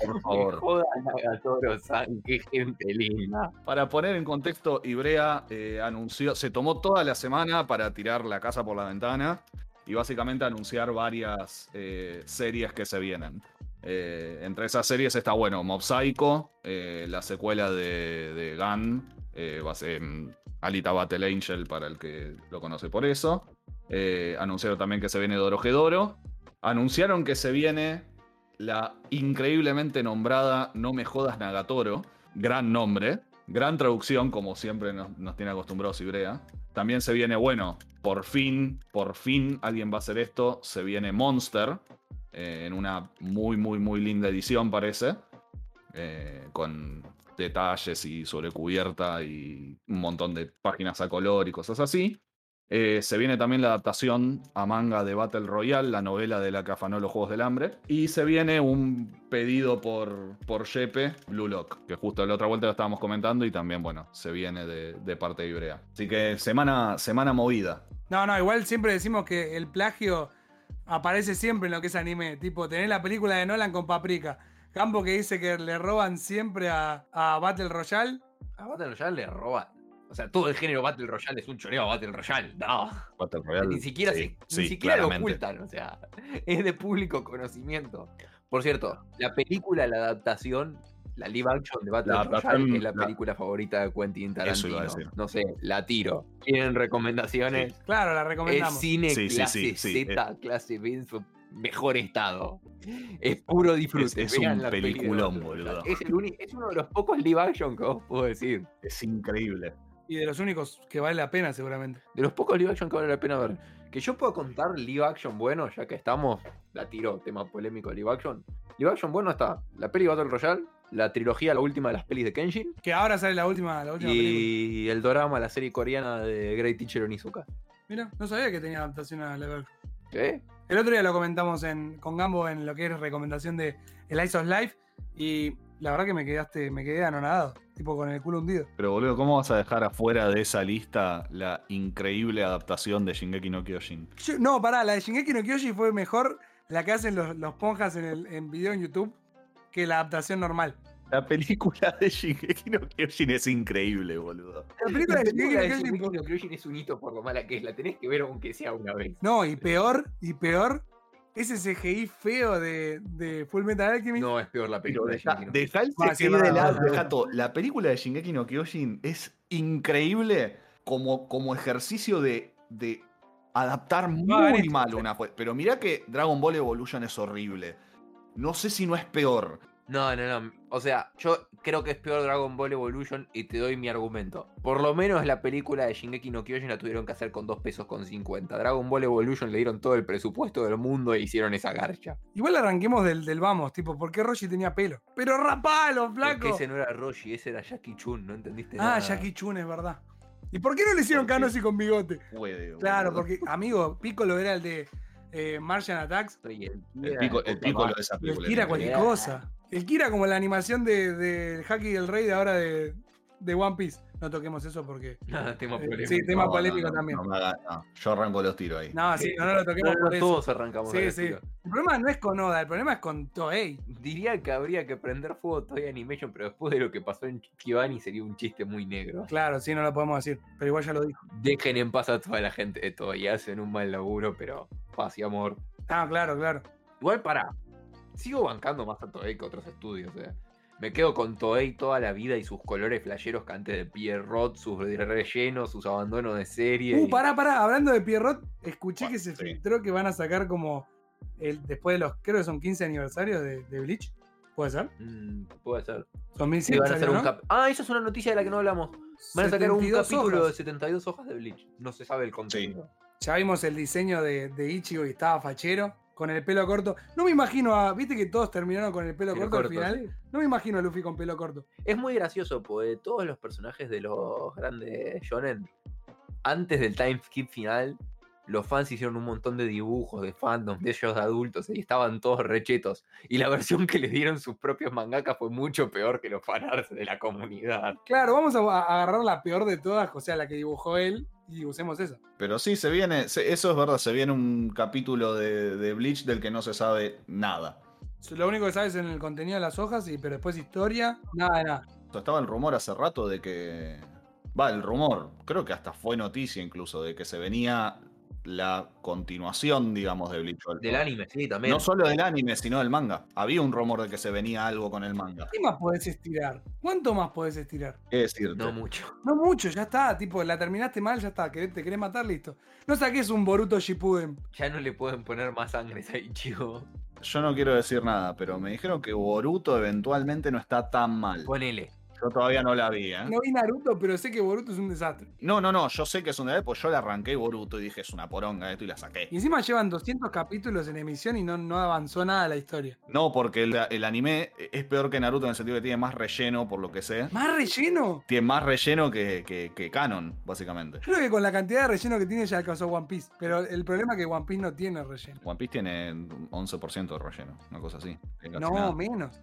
[SPEAKER 1] Por
[SPEAKER 2] Que
[SPEAKER 1] favor.
[SPEAKER 2] Joda nalga de toro, San, qué gente linda.
[SPEAKER 1] Para poner en contexto, Ibrea eh, anunció, se tomó toda la semana para tirar la casa por la ventana y básicamente anunciar varias eh, series que se vienen. Eh, entre esas series está, bueno, Mob Psycho, eh, la secuela de, de Gun, eh, va a ser, mm, Alita Battle Angel para el que lo conoce por eso. Eh, anunciaron también que se viene Dorojedoro. Anunciaron que se viene la increíblemente nombrada No me jodas Nagatoro. Gran nombre, gran traducción, como siempre nos, nos tiene acostumbrados Ibrea. También se viene, bueno, por fin, por fin alguien va a hacer esto. Se viene Monster, eh, en una muy, muy, muy linda edición, parece. eh, con detalles y sobrecubierta y un montón de páginas a color y cosas así. Eh, se viene también la adaptación a manga de Battle Royale, la novela de la que afanó los Juegos del Hambre. Y se viene un pedido por, por Yepe, Blue Lock, que justo la otra vuelta lo estábamos comentando y también, bueno, se viene de, de parte de Ibrea. Así que semana, semana movida.
[SPEAKER 3] No, no, igual siempre decimos que el plagio aparece siempre en lo que es anime. Tipo, tenés la película de Nolan con Paprika. Campo que dice que le roban siempre a, a Battle Royale.
[SPEAKER 2] A Battle Royale le roban. O sea, todo el género Battle Royale es un choreo a Battle Royale. No.
[SPEAKER 1] Battle Royale.
[SPEAKER 2] Ni siquiera,
[SPEAKER 1] sí,
[SPEAKER 2] se-
[SPEAKER 1] sí,
[SPEAKER 2] ni siquiera lo
[SPEAKER 1] claramente.
[SPEAKER 2] ocultan, o sea, es de público conocimiento. Por cierto, la película, la adaptación, la live action de Battle
[SPEAKER 1] La adaptación,
[SPEAKER 2] Royale es la
[SPEAKER 1] la-
[SPEAKER 2] película favorita de Quentin
[SPEAKER 1] Eso
[SPEAKER 2] Tarantino.
[SPEAKER 1] iba a decir.
[SPEAKER 2] No sé, la tiro. ¿Tienen recomendaciones?
[SPEAKER 3] Claro, la
[SPEAKER 2] El
[SPEAKER 3] recomendamos.
[SPEAKER 2] cine
[SPEAKER 1] Sí, eh. sí,
[SPEAKER 2] clase
[SPEAKER 1] sí, sí,
[SPEAKER 2] Z, clase B en su mejor estado. Es puro disfrute.
[SPEAKER 1] es
[SPEAKER 2] vean
[SPEAKER 1] un
[SPEAKER 2] la peli de
[SPEAKER 1] peliculón,
[SPEAKER 2] Battle Royale.
[SPEAKER 1] boludo.
[SPEAKER 2] Es, el uni- es uno de los pocos live action que vos puedo decir.
[SPEAKER 1] Es increíble.
[SPEAKER 3] Y de los únicos que vale la pena, seguramente.
[SPEAKER 2] De los pocos live action que vale la pena ver. Que yo pueda contar live action bueno, ya que estamos, la tiro, tema polémico live action. Live action bueno está la peli Battle Royale, la trilogía, la última de las pelis de Kenshin,
[SPEAKER 3] Que ahora sale la última, la última película.
[SPEAKER 2] y el drama, la serie coreana de Great Teacher Onizuka. ¿Eh?
[SPEAKER 3] Mira, no sabía que tenía adaptación a Level.
[SPEAKER 2] ¿Sí?
[SPEAKER 3] El otro día lo comentamos en- con Gambo en lo que es recomendación de El Ice of Life y la verdad que me quedaste, me quedé anonadado, tipo con el culo hundido.
[SPEAKER 1] Pero boludo, ¿cómo vas a dejar afuera de esa lista la increíble adaptación de Shingeki no Kyojin?
[SPEAKER 3] Yo- no, pará, la de Shingeki no Kyoshi fue mejor la que hacen los, los ponjas en, el, en video en YouTube que la adaptación normal.
[SPEAKER 1] La película de Shingeki no Kyojin es increíble, boludo.
[SPEAKER 3] La película de Shingeki no
[SPEAKER 2] de
[SPEAKER 3] Kyojin-
[SPEAKER 2] Shingeki no Kyojin es un hito por lo mala que es. La tenés que ver aunque sea una vez.
[SPEAKER 3] No, y peor, y peor, ese CGI feo de, de Full Metal Alchemist.
[SPEAKER 2] No, es peor la
[SPEAKER 1] Pero
[SPEAKER 2] película de
[SPEAKER 1] deja,
[SPEAKER 2] Shingeki no
[SPEAKER 1] deja el CGI
[SPEAKER 3] Más que
[SPEAKER 1] de
[SPEAKER 3] nada,
[SPEAKER 1] lado,
[SPEAKER 3] boludo.
[SPEAKER 1] deja todo. La película de Shingeki no Kyojin es increíble como, como ejercicio de, de adaptar muy
[SPEAKER 3] Vanessa,
[SPEAKER 1] mal una. fue- Pero mirá que Dragon Ball Evolution es horrible. No sé si no es peor.
[SPEAKER 2] No, no, no. O sea, yo creo que es peor Dragon Ball Evolution y te doy mi argumento. Por lo menos la película de Shingeki no Kyojin la tuvieron que hacer con 2 pesos con 50. Dragon Ball Evolution le dieron todo el presupuesto del mundo e hicieron esa garcha.
[SPEAKER 3] Igual arranquemos del, del vamos, tipo, ¿por qué Roshi tenía pelo? Pero rapalo, flaco.
[SPEAKER 2] Porque ese no era Roshi, ese era Jackie Chun, ¿no entendiste?
[SPEAKER 3] Ah,
[SPEAKER 2] nada.
[SPEAKER 3] Jackie Chun, es verdad. ¿Y por qué no le hicieron
[SPEAKER 1] ¿Por qué?
[SPEAKER 3] canos y con bigote?
[SPEAKER 1] Puede,
[SPEAKER 3] Claro,
[SPEAKER 1] boludo.
[SPEAKER 3] porque, amigo, Piccolo era el de eh, Martian Attacks.
[SPEAKER 2] Soy el
[SPEAKER 1] El
[SPEAKER 2] Kira,
[SPEAKER 1] pico, el
[SPEAKER 2] puta
[SPEAKER 1] pico
[SPEAKER 2] madre.
[SPEAKER 1] de esa
[SPEAKER 3] Y
[SPEAKER 1] película.
[SPEAKER 3] el Kira
[SPEAKER 1] es increíble.
[SPEAKER 3] cualquier
[SPEAKER 2] Era.
[SPEAKER 3] cosa. El Kira como la animación de, de Haki del Rey de ahora de, de One Piece. No toquemos eso porque...
[SPEAKER 2] Nada, tema
[SPEAKER 3] Eh,
[SPEAKER 2] polémico.
[SPEAKER 3] sí, tema
[SPEAKER 1] No, no,
[SPEAKER 3] polémico
[SPEAKER 1] no,
[SPEAKER 3] también.
[SPEAKER 1] no me haga- no. yo arranco los tiros ahí.
[SPEAKER 3] No, sí, no, no lo toquemos
[SPEAKER 2] No,
[SPEAKER 3] por
[SPEAKER 2] no,
[SPEAKER 3] eso.
[SPEAKER 2] todos arrancamos
[SPEAKER 3] Sí,
[SPEAKER 2] a la
[SPEAKER 3] sí.
[SPEAKER 2] tira.
[SPEAKER 3] El problema no es con Oda, el problema es con Toei.
[SPEAKER 2] Diría que habría que prender fuego Toy Animation, pero después de lo que pasó en Kibani sería un chiste muy negro.
[SPEAKER 3] Claro, sí, no lo podemos decir, pero igual ya lo dijo.
[SPEAKER 2] Dejen en paz a toda la gente de Toy, hacen un mal laburo, pero paz y amor.
[SPEAKER 3] Ah, claro, claro.
[SPEAKER 2] Igual para. Sigo bancando más a Toei que otros estudios. eh. Me quedo con Toei toda la vida y sus colores flasheros que antes de Pierrot, sus rellenos, sus abandonos de serie.
[SPEAKER 3] Uh,
[SPEAKER 2] y-
[SPEAKER 3] pará, pará, hablando de Pierrot, escuché
[SPEAKER 1] Bueno,
[SPEAKER 3] que se
[SPEAKER 1] sí.
[SPEAKER 3] filtró que van a sacar como el, después de los, creo que son 15 aniversarios de, de Bleach, ¿puede ser?
[SPEAKER 2] Mm, puede ser.
[SPEAKER 3] Son
[SPEAKER 2] Sí,
[SPEAKER 3] 15
[SPEAKER 2] van a hacer un
[SPEAKER 3] ¿no?
[SPEAKER 2] cap- Ah, esa es una noticia de la que no hablamos. Van a sacar un
[SPEAKER 3] 72
[SPEAKER 2] capítulo de
[SPEAKER 3] hojas.
[SPEAKER 2] 72 hojas de Bleach. No se sabe el contenido.
[SPEAKER 3] Ya vimos el diseño de, de Ichigo y estaba fachero, con el pelo corto. No me imagino a, viste que todos terminaron con el pelo,
[SPEAKER 2] Pelo
[SPEAKER 3] corto,
[SPEAKER 2] corto,
[SPEAKER 3] al final. No me imagino a Luffy con pelo corto.
[SPEAKER 2] Es muy gracioso, porque todos los personajes de los grandes shonen, antes del time skip final, los fans hicieron un montón de dibujos de fandom de ellos de adultos y estaban todos rechetos. Y la versión que les dieron sus propios mangakas fue mucho peor que los fanarts de la comunidad.
[SPEAKER 3] Claro, vamos a, a agarrar la peor de todas, o sea, la que dibujó él, y usemos esa.
[SPEAKER 1] Pero sí, se viene, se- eso es verdad, se viene un capítulo de, de Bleach del que no se sabe nada.
[SPEAKER 3] Lo único que sabes en el contenido de las hojas, y, pero después historia, nada, de nada.
[SPEAKER 1] O sea, Estaba el rumor hace rato de que. Va, el rumor, creo que hasta fue noticia incluso, de que se venía la continuación, digamos, de Bleach.
[SPEAKER 2] Del anime, sí, también.
[SPEAKER 1] No solo del anime, sino del manga. Había un rumor de que se venía algo con el manga.
[SPEAKER 3] ¿Qué más podés estirar? ¿Cuánto más podés estirar?
[SPEAKER 1] ¿Qué decirte?
[SPEAKER 2] No mucho.
[SPEAKER 3] No mucho, ya está, tipo, la terminaste mal, ya está, querés- te querés matar, listo. No saques un Boruto Shippuden.
[SPEAKER 2] Ya no le pueden poner más sangre a Ichigo.
[SPEAKER 1] Yo no quiero decir nada, pero me dijeron que Boruto eventualmente no está tan mal.
[SPEAKER 2] Ponele.
[SPEAKER 1] Yo todavía no la vi, ¿eh?
[SPEAKER 3] No vi Naruto, pero sé que Boruto es un desastre.
[SPEAKER 1] No, no, no, yo sé que es una vez, pues yo la arranqué Boruto y dije, es una poronga esto y la saqué.
[SPEAKER 3] Y encima llevan 200 capítulos en emisión y no, no avanzó nada la historia.
[SPEAKER 1] No, porque el, el anime es peor que Naruto en el sentido que tiene más relleno, por lo que sé.
[SPEAKER 3] ¿Más relleno?
[SPEAKER 1] Tiene más relleno que, que- que canon, básicamente.
[SPEAKER 3] Creo que con la cantidad de relleno que tiene ya alcanzó One Piece. Pero el problema es que One Piece no tiene relleno.
[SPEAKER 1] One Piece tiene un 11% de relleno, una cosa así. que casi
[SPEAKER 3] No,
[SPEAKER 1] nada.
[SPEAKER 3] menos.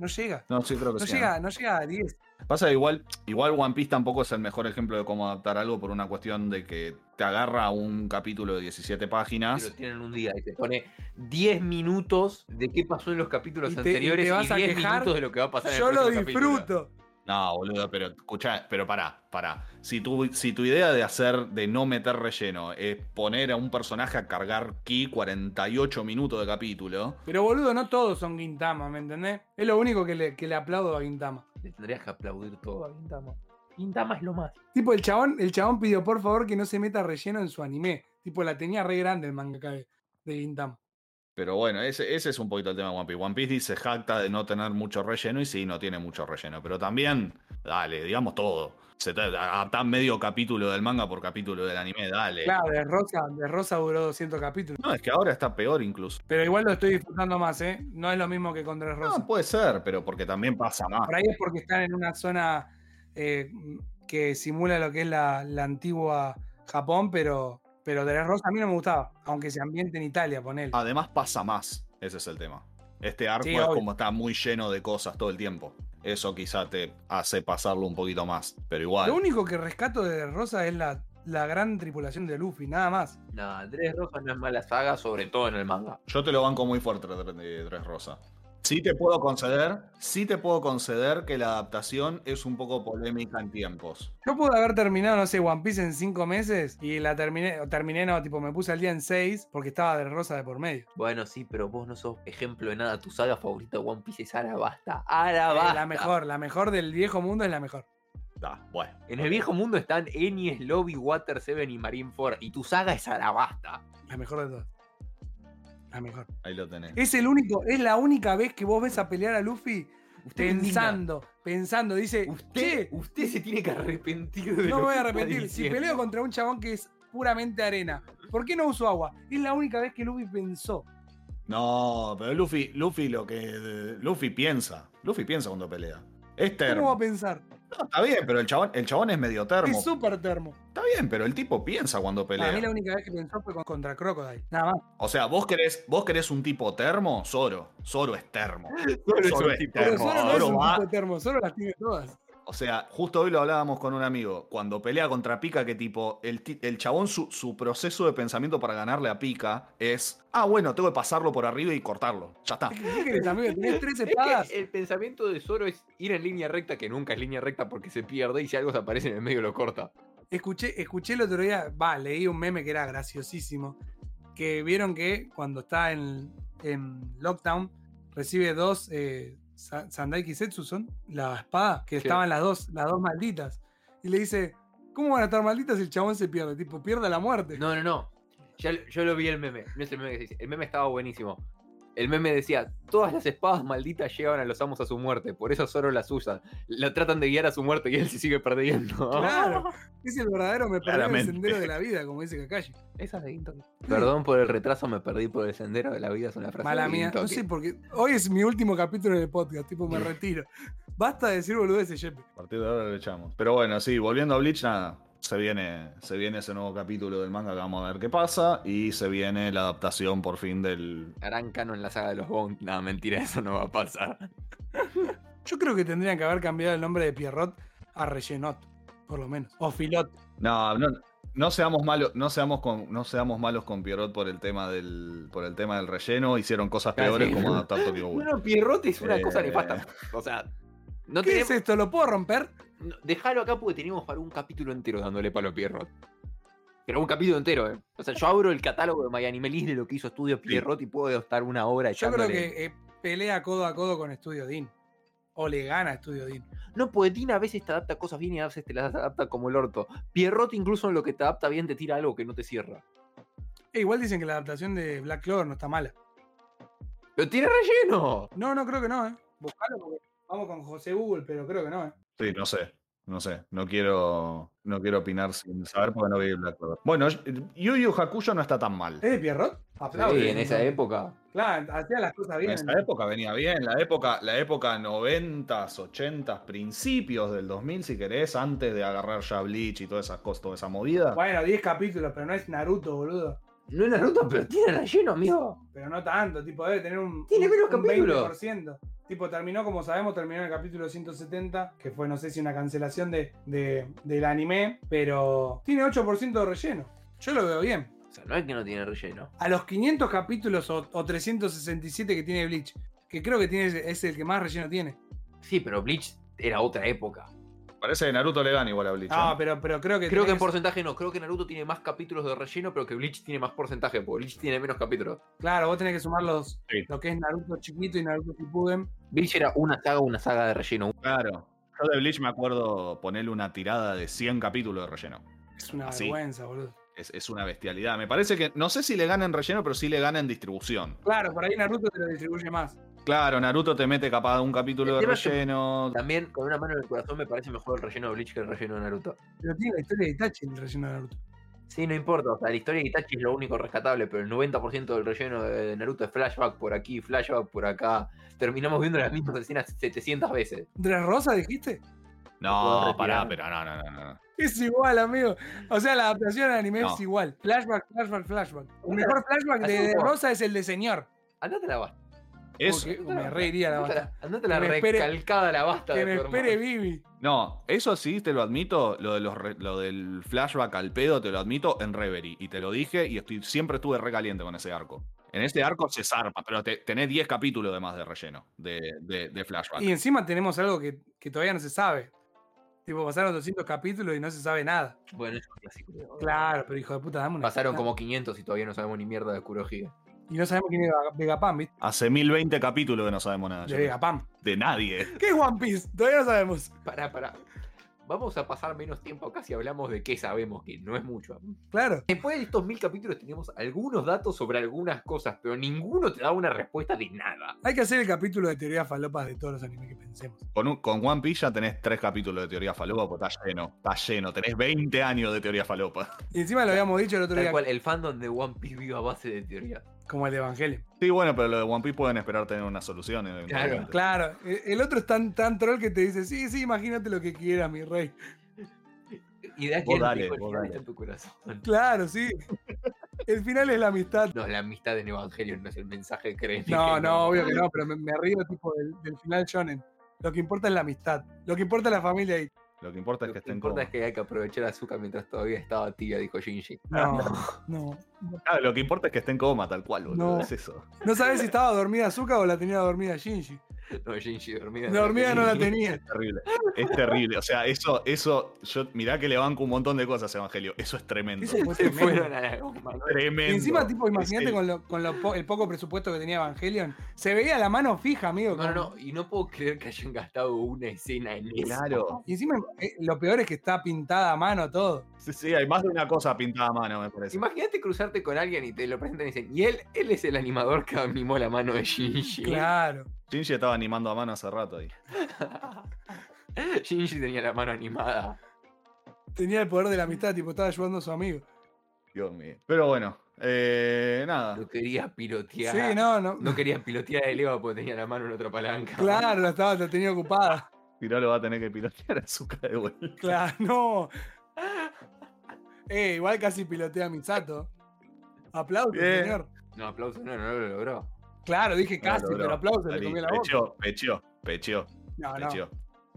[SPEAKER 3] No llega.
[SPEAKER 1] no, sí, creo que
[SPEAKER 3] No
[SPEAKER 1] sí.
[SPEAKER 3] llega, no llega a 10.
[SPEAKER 1] Pasa que igual, igual One Piece tampoco es el mejor ejemplo de cómo adaptar algo por una cuestión de que te agarra un capítulo de 17
[SPEAKER 3] Ah,
[SPEAKER 1] páginas.
[SPEAKER 2] Lo tienen un día y te pone 10 minutos de qué pasó en los capítulos
[SPEAKER 3] Y te- y te
[SPEAKER 2] anteriores y,
[SPEAKER 3] vas a
[SPEAKER 2] 10
[SPEAKER 3] quejar.
[SPEAKER 2] minutos de lo que va a pasar en el
[SPEAKER 3] Yo lo
[SPEAKER 2] próximo capítulo.
[SPEAKER 3] disfruto.
[SPEAKER 1] No, boludo, pero escuchá, pero pará, pará. Si tu, si tu idea de hacer, de no meter relleno, es poner a un personaje a cargar ki 48 minutos de capítulo.
[SPEAKER 3] Pero boludo, no todos son Guintama, ¿me entendés? Es lo único que le, que le aplaudo a Guintama.
[SPEAKER 2] Le tendrías que aplaudir todo a Gintama. Gintama es lo más.
[SPEAKER 3] Tipo, el chabón, el chabón pidió por favor que no se meta relleno en su anime. Tipo, la tenía re grande el mangaka de, de Gintama.
[SPEAKER 1] Pero bueno, ese, ese es un poquito el tema de One Piece. One Piece dice jacta de no tener mucho relleno y sí, no tiene mucho relleno. Pero también, dale, digamos todo. Se te- adaptá medio capítulo del manga por capítulo del anime, dale.
[SPEAKER 3] Claro, de Rosa, de Rosa duró 200 capítulos.
[SPEAKER 1] No, es que ahora está peor incluso.
[SPEAKER 3] Pero igual lo estoy disfrutando más, ¿eh? No es lo mismo que con Dress Rosa.
[SPEAKER 1] No, puede ser, pero porque también pasa más.
[SPEAKER 3] Por ahí es porque están en una zona eh, que simula lo que es la, la antigua Japón, pero, pero Dress Rosa a mí no me gustaba, aunque se ambiente en Italia, ponele.
[SPEAKER 1] Además pasa más, ese es el tema. Este arco
[SPEAKER 3] Sí,
[SPEAKER 1] es
[SPEAKER 3] obvio.
[SPEAKER 1] como está muy lleno de cosas todo el tiempo. Eso quizá te hace pasarlo un poquito más, pero igual.
[SPEAKER 3] Lo único que rescato de Dress Rosa es la, la gran tripulación de Luffy, nada más.
[SPEAKER 2] No, Andrés Rojas no es mala saga, sobre todo en el manga.
[SPEAKER 1] Yo te lo banco muy fuerte de eh, Tres Rosa. Sí te puedo conceder, sí te puedo conceder que la adaptación es un poco polémica en tiempos.
[SPEAKER 3] Yo pude haber terminado, no sé, One Piece en cinco meses y la terminé, o terminé, no, tipo, me puse al día en seis porque estaba de rosa de por medio.
[SPEAKER 2] Bueno, sí, pero vos no sos ejemplo de nada. Tu saga favorita de One Piece es Ara Basta. Ara
[SPEAKER 3] Eh,
[SPEAKER 2] Ah, Basta.
[SPEAKER 3] la mejor, la mejor del viejo mundo es la mejor.
[SPEAKER 1] Da, bueno.
[SPEAKER 2] En el viejo mundo están Enies, Lobby, Water, Seven y Marineford. Y tu saga es Arabasta.
[SPEAKER 3] La mejor de todas. La mejor.
[SPEAKER 1] Ahí lo tenés.
[SPEAKER 3] Es el único, es la única vez que vos ves a pelear a Luffy pensando, pensando. Dice,
[SPEAKER 2] Usted, usted se tiene que arrepentir de
[SPEAKER 3] "Che,
[SPEAKER 2] lo
[SPEAKER 3] no me voy
[SPEAKER 2] que
[SPEAKER 3] a
[SPEAKER 2] está
[SPEAKER 3] arrepentir. Si
[SPEAKER 2] diciendo".
[SPEAKER 3] peleo contra un chabón que es puramente arena, ¿por qué no uso agua? Es la única vez que Luffy pensó.
[SPEAKER 1] No, pero Luffy, Luffy lo que. Luffy piensa. Luffy piensa cuando pelea. Es
[SPEAKER 3] ¿Cómo va a
[SPEAKER 1] termo.
[SPEAKER 3] pensar?
[SPEAKER 1] No, está bien, pero el chabón, el chabón es medio termo.
[SPEAKER 3] Es súper termo.
[SPEAKER 1] Está bien, pero el tipo piensa cuando
[SPEAKER 3] Para mí la
[SPEAKER 1] pelea.
[SPEAKER 3] única vez que pensó fue con- contra Crocodile. Nada más.
[SPEAKER 1] O sea, vos querés, vos querés un tipo termo, Zoro. Zoro es termo.
[SPEAKER 2] Solo es
[SPEAKER 1] Solo
[SPEAKER 2] un
[SPEAKER 1] es
[SPEAKER 2] tipo.
[SPEAKER 1] termo.
[SPEAKER 3] Pero Zoro no es
[SPEAKER 1] Zoro
[SPEAKER 3] un
[SPEAKER 1] va-
[SPEAKER 3] tipo de termo, Zoro las tiene todas.
[SPEAKER 1] O sea, justo hoy lo hablábamos con un amigo. Cuando pelea contra Pica, que tipo, el, ti- el chabón, su, su proceso de pensamiento para ganarle a Pica es, ah, bueno, tengo que pasarlo por arriba y cortarlo. Ya está.
[SPEAKER 3] ¿Qué querés, amigo? ¿Tenés tres
[SPEAKER 2] Es que
[SPEAKER 3] espadas?
[SPEAKER 2] el pensamiento de Zoro es ir en línea recta, que nunca es línea recta porque se pierde y si algo se aparece en el medio lo corta.
[SPEAKER 3] Escuché, escuché el otro día, va, leí un meme que era graciosísimo, que vieron que cuando está en, en lockdown recibe dos eh, Sa- Sandai Kisetsu, son la espada, que
[SPEAKER 2] Sí.
[SPEAKER 3] estaban las dos, las dos malditas. Y le dice, ¿cómo van a estar malditas si el chabón se pierde? Tipo, pierde la muerte.
[SPEAKER 2] No, no, no. Ya lo- yo lo vi el meme. No es el meme que se dice. El meme estaba buenísimo. El meme decía, todas las espadas malditas llevan a los amos a su muerte, por eso Zoro las usa. La tratan de guiar a su muerte y él se sigue perdiendo.
[SPEAKER 3] Claro. Es el verdadero me perdí en el
[SPEAKER 1] Claramente.
[SPEAKER 3] sendero de la vida, como dice Kakashi.
[SPEAKER 2] Esa es de Gintoki. Perdón por el retraso, me perdí por el sendero de la vida, es una frase
[SPEAKER 3] Mala
[SPEAKER 2] de
[SPEAKER 3] mía. No
[SPEAKER 2] Gintoki.
[SPEAKER 3] sé por qué. Hoy es mi último capítulo del podcast, tipo, me retiro. Basta de decir boludeces, Jeppe.
[SPEAKER 1] A partir de ahora lo echamos. Pero bueno, sí, volviendo a Bleach, nada. Se viene, se viene ese nuevo capítulo del manga que vamos a ver qué pasa. Y se viene la adaptación por fin del.
[SPEAKER 2] Harán canon en la saga de los Bond. No, mentira, eso no va a pasar.
[SPEAKER 3] Yo creo que tendrían que haber cambiado el nombre de Pierrot a Rellenot, por lo menos. O Filot.
[SPEAKER 1] No, no, no seamos malos, no seamos con, no seamos malos con Pierrot por el tema del. por el tema del relleno. Hicieron cosas
[SPEAKER 2] Ah, sí.
[SPEAKER 1] peores como adaptar Tokyo Ghoul.
[SPEAKER 2] Bueno, Pierrot es una cosa
[SPEAKER 1] Eh.
[SPEAKER 2] nefasta. O sea, no
[SPEAKER 3] ¿Qué
[SPEAKER 2] tenemos.
[SPEAKER 3] es esto? ¿Lo puedo romper?
[SPEAKER 2] no- dejalo acá porque tenemos para un capítulo entero dándole palo a Pierrot. Pero un capítulo entero, ¿eh? O sea, yo abro el catálogo de MyAnimeList de lo que hizo Estudio Pierrot y puedo estar una hora
[SPEAKER 3] Yo creo
[SPEAKER 2] echándole.
[SPEAKER 3] que eh, pelea codo a codo con Studio Dean. O le gana a Studio Dean.
[SPEAKER 2] No, porque Dean a veces te adapta cosas bien y a veces te las adapta como el orto. Pierrot incluso en lo que te adapta bien te tira algo que no te cierra.
[SPEAKER 3] E igual dicen que la adaptación de Black Clover no está mala.
[SPEAKER 2] ¡Lo tiene relleno!
[SPEAKER 3] No, no creo que no, ¿eh? Buscalo porque vamos con José Google, pero creo que no, ¿eh?
[SPEAKER 1] Sí, no sé. No sé, no quiero, no quiero opinar sin saber porque no vi Black Clover. Bueno, Yu Yu Hakuyo no está tan mal.
[SPEAKER 2] Eh,
[SPEAKER 3] ¿Es de Pierrot? Aplaude.
[SPEAKER 2] Sí, en esa época.
[SPEAKER 3] Claro, hacía las cosas bien.
[SPEAKER 1] En esa época venía bien, la época, la época 90s, 80s, principios del 2000, si querés, antes de agarrar ya Bleach y todas esas cosas, toda esa movida.
[SPEAKER 3] Bueno, 10 capítulos, pero no es Naruto, boludo.
[SPEAKER 2] No es Naruto, pero tiene relleno, amigo.
[SPEAKER 3] Pero no tanto, tipo, debe tener un,
[SPEAKER 2] Tiene
[SPEAKER 3] un-
[SPEAKER 2] menos
[SPEAKER 3] un
[SPEAKER 2] capítulos.
[SPEAKER 3] 20%. Tipo, terminó, como sabemos, terminó en el capítulo 170, que fue, no sé si una cancelación de, de- del anime, pero tiene 8% de relleno. Yo lo veo bien.
[SPEAKER 2] O sea, no es que no tiene relleno.
[SPEAKER 3] A los 500 capítulos o, o 367 que tiene Bleach, que creo que tiene, es el que más relleno tiene.
[SPEAKER 2] Sí, pero Bleach era otra época.
[SPEAKER 1] Parece que Naruto le gana igual a Bleach.
[SPEAKER 3] Ah,
[SPEAKER 1] ¿eh?
[SPEAKER 3] pero, pero creo que.
[SPEAKER 2] Creo que en
[SPEAKER 3] tenés-
[SPEAKER 2] porcentaje no, creo que Naruto tiene más capítulos de relleno, pero que Bleach tiene más porcentaje, porque Bleach tiene menos capítulos.
[SPEAKER 3] Claro, vos tenés que sumar los,
[SPEAKER 1] Sí.
[SPEAKER 3] lo que es Naruto chiquito y Naruto Shippuden.
[SPEAKER 2] Bleach era una saga, una saga de relleno.
[SPEAKER 1] Claro. Yo de Bleach me acuerdo ponerle una tirada de 100 capítulos de relleno.
[SPEAKER 3] Es una
[SPEAKER 1] Así.
[SPEAKER 3] vergüenza, boludo.
[SPEAKER 1] Es, es una bestialidad. Me parece que, no sé si le gana en relleno, pero sí le gana en distribución.
[SPEAKER 3] Claro, por ahí Naruto te lo distribuye más.
[SPEAKER 1] Claro, Naruto te mete capaz un capítulo
[SPEAKER 2] El
[SPEAKER 1] de
[SPEAKER 2] tema es que-
[SPEAKER 1] relleno.
[SPEAKER 2] También, con una mano en el corazón, me parece mejor el relleno de Bleach que el relleno de Naruto.
[SPEAKER 3] Pero tiene la historia de Itachi el relleno de Naruto.
[SPEAKER 2] Sí, no importa, o sea, la historia de Itachi es lo único rescatable, pero el 90% del relleno de Naruto es flashback por aquí, flashback por acá. Terminamos viendo las mismas escenas 700 veces.
[SPEAKER 3] ¿Tres Rosa dijiste?
[SPEAKER 2] puedo
[SPEAKER 1] No,
[SPEAKER 2] retirar.
[SPEAKER 1] pará, pero no, no, no, no.
[SPEAKER 3] Es igual, amigo. O sea, la adaptación al anime
[SPEAKER 1] No.
[SPEAKER 3] es igual. Flashback, flashback, flashback. El mejor flashback de,
[SPEAKER 2] Así
[SPEAKER 3] de
[SPEAKER 2] como-
[SPEAKER 3] Rosa es el de señor.
[SPEAKER 2] Andate a la basta.
[SPEAKER 1] Eso,
[SPEAKER 3] Porque me reiría la basta.
[SPEAKER 2] Andate a la
[SPEAKER 3] Que me espere-
[SPEAKER 2] recalcada la basta.
[SPEAKER 3] Que
[SPEAKER 2] de
[SPEAKER 3] me
[SPEAKER 2] tu hermano.
[SPEAKER 3] espere Vivi.
[SPEAKER 1] No, eso sí, te lo admito, lo, de los re- lo del flashback al pedo, te lo admito en Reverie. Y te lo dije y estoy, siempre estuve recaliente con ese arco. En este arco se zarpa, pero te- tenés 10 capítulos de más de relleno, de, de- de flashback.
[SPEAKER 3] Y encima tenemos algo que, que todavía no se sabe. Tipo, pasaron 200 capítulos y no se sabe nada.
[SPEAKER 2] Bueno, es un clásico. de ahora.
[SPEAKER 3] Claro, pero hijo de puta, dame una.
[SPEAKER 2] Pasaron
[SPEAKER 3] explicación.
[SPEAKER 2] como 500 y todavía no sabemos ni mierda de Kurohige.
[SPEAKER 3] Y no sabemos quién es Vegapam, ¿viste?
[SPEAKER 1] Hace 1020 capítulos que no sabemos nada.
[SPEAKER 3] De
[SPEAKER 1] Jerry.
[SPEAKER 3] Vegapam.
[SPEAKER 1] De nadie.
[SPEAKER 3] ¿Qué es One Piece? Todavía no sabemos.
[SPEAKER 2] Pará, pará. Vamos a pasar menos tiempo acá si hablamos de qué sabemos, que no es mucho.
[SPEAKER 3] Claro.
[SPEAKER 2] Después de estos mil capítulos tenemos algunos datos sobre algunas cosas, pero ninguno te da una respuesta de nada.
[SPEAKER 3] Hay que hacer el capítulo de teoría falopas de todos los animes que pensemos.
[SPEAKER 1] Con, un- con One Piece ya tenés 3 capítulos de teoría falopa, porque está lleno. Está lleno. Tenés 20 años de teoría falopa.
[SPEAKER 3] Y encima lo habíamos dicho el otro
[SPEAKER 2] Tal
[SPEAKER 3] día,
[SPEAKER 2] cual, el fandom de One Piece vive a base de teoría.
[SPEAKER 3] como el de Evangelio.
[SPEAKER 1] Sí, bueno, pero lo de One Piece pueden esperar tener una solución. eventualmente.
[SPEAKER 3] Claro, e- el otro es tan, tan troll que te dice, sí, sí, imagínate lo que quieras, mi rey.
[SPEAKER 2] Y de
[SPEAKER 1] Vos
[SPEAKER 2] aquí el
[SPEAKER 1] dale,
[SPEAKER 2] tipo, el
[SPEAKER 1] vos
[SPEAKER 2] final
[SPEAKER 1] dale.
[SPEAKER 2] está en tu corazón.
[SPEAKER 3] Claro, sí. El final es la amistad.
[SPEAKER 2] No, la amistad de Evangelion no es el mensaje que creen.
[SPEAKER 3] No, no, obvio que no, pero me, me río tipo del, del final shonen. Lo que importa es la amistad. Lo que importa es la familia y.
[SPEAKER 1] Lo que importa
[SPEAKER 2] Lo
[SPEAKER 1] es que
[SPEAKER 2] que
[SPEAKER 1] estén
[SPEAKER 2] importa
[SPEAKER 1] cómodos.
[SPEAKER 2] es que hay que aprovechar azúcar mientras todavía estaba tibia, dijo Shinji.
[SPEAKER 3] No, no.
[SPEAKER 1] Claro, lo que importa es que esté en coma, tal cual, boludo.
[SPEAKER 3] No.
[SPEAKER 1] Es eso.
[SPEAKER 3] No sabes si estaba dormida Azúcar o la tenía dormida Shinji.
[SPEAKER 2] No, Shinji dormida.
[SPEAKER 3] Dormida no la tenía.
[SPEAKER 1] Es terrible. Es terrible. O sea, eso, eso, yo, mirá que le banco un montón de cosas, Evangelio. Eso es tremendo.
[SPEAKER 3] Eso fue
[SPEAKER 2] Se
[SPEAKER 3] tremendo.
[SPEAKER 2] fueron a la goma, ¿no?
[SPEAKER 1] Tremendo.
[SPEAKER 3] Y encima, tipo, imagínate
[SPEAKER 1] Sí.
[SPEAKER 3] con, lo- con lo po- el poco presupuesto que tenía Evangelion. Se veía la mano fija, amigo.
[SPEAKER 2] No, no, no,
[SPEAKER 3] con-
[SPEAKER 2] y no puedo creer que hayan gastado una escena en eso.
[SPEAKER 1] Claro.
[SPEAKER 3] Y encima, eh, lo peor es que está pintada a mano todo.
[SPEAKER 1] Sí, sí, hay más de una cosa pintada a mano, me parece.
[SPEAKER 2] Imagínate cruzarte con alguien y te lo presentan y dicen, y él, él es el animador que animó la mano de Shinji.
[SPEAKER 3] Claro.
[SPEAKER 1] Shinji estaba animando a mano hace rato ahí.
[SPEAKER 2] Shinji tenía la mano animada.
[SPEAKER 3] Tenía el poder de la amistad, tipo, estaba ayudando a su amigo.
[SPEAKER 1] Dios mío. Pero bueno, eh, nada.
[SPEAKER 2] No quería pilotear.
[SPEAKER 3] Sí, no, no.
[SPEAKER 2] No quería pilotear el Eva porque tenía la mano en otra palanca.
[SPEAKER 3] Claro, la, estaba, la tenía ocupada.
[SPEAKER 1] Tiro lo va a tener que pilotear azúcar de vuelta.
[SPEAKER 3] Claro, no. Eh, igual casi pilotea a Misato. Aplausos,
[SPEAKER 1] Bien.
[SPEAKER 3] señor.
[SPEAKER 2] No, aplauso, no, no lo logró.
[SPEAKER 3] Claro, dije
[SPEAKER 1] No lo
[SPEAKER 3] casi,
[SPEAKER 1] logró.
[SPEAKER 3] pero aplausos, le
[SPEAKER 1] Salí.
[SPEAKER 3] comió la boca. Ah,
[SPEAKER 1] Pecheó, pecheó, pecheó,
[SPEAKER 3] No, no.
[SPEAKER 1] pecheó.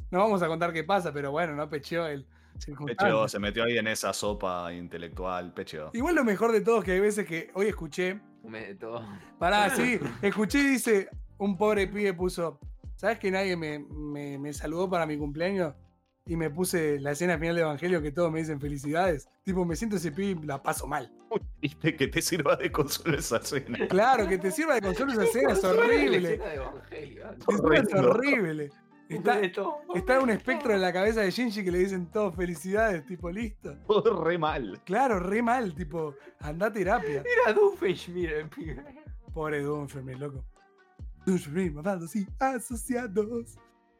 [SPEAKER 3] No vamos a contar qué pasa, pero bueno, no pecheó el
[SPEAKER 1] Pecheó,
[SPEAKER 3] circunstancia.
[SPEAKER 1] se metió ahí en esa sopa intelectual, pecheó.
[SPEAKER 3] Igual lo mejor de todo es que hay veces que hoy escuché
[SPEAKER 2] Me de todo.
[SPEAKER 3] Pará, sí, escuché y dice, un pobre pibe puso, ¿sabes que nadie me, me- me saludó para mi cumpleaños? Y me puse la escena final de Evangelio que todos me dicen felicidades. Tipo, me siento ese pibe y la paso mal.
[SPEAKER 1] Viste que te sirva de consuelo esa cena.
[SPEAKER 3] Claro, que te sirva de consuelo esa escena, es
[SPEAKER 2] La
[SPEAKER 3] horrible.
[SPEAKER 2] escena de Evangelio.
[SPEAKER 3] Encima Es horrible. Está,
[SPEAKER 2] Me de todo.
[SPEAKER 3] está un espectro en la cabeza de Shinji que le dicen todos felicidades, tipo, listo.
[SPEAKER 1] Todo re mal.
[SPEAKER 3] Claro, re mal, tipo, anda a terapia.
[SPEAKER 2] Era Doofenshmirtz el pibe.
[SPEAKER 3] Pobre Dunfermline, loco. Dunfermline, matados y asociados.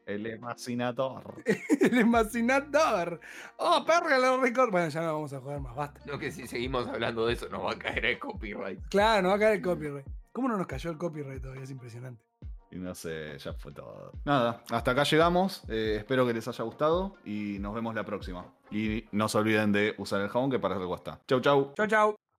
[SPEAKER 1] El emascinador.
[SPEAKER 3] El emacinador. Oh, perra, lo récord. Bueno, ya no vamos a jugar más, basta.
[SPEAKER 2] No, que si seguimos hablando de eso nos va a caer el copyright.
[SPEAKER 3] Claro, no va a caer el copyright. ¿Cómo no nos cayó el copyright todavía? Es impresionante.
[SPEAKER 1] Y no sé, ya fue todo. Nada, hasta acá llegamos. Eh, espero que les haya gustado y nos vemos la próxima. Y no se olviden de usar el jabón que para algo está. Chau, chau.
[SPEAKER 3] Chau, chau.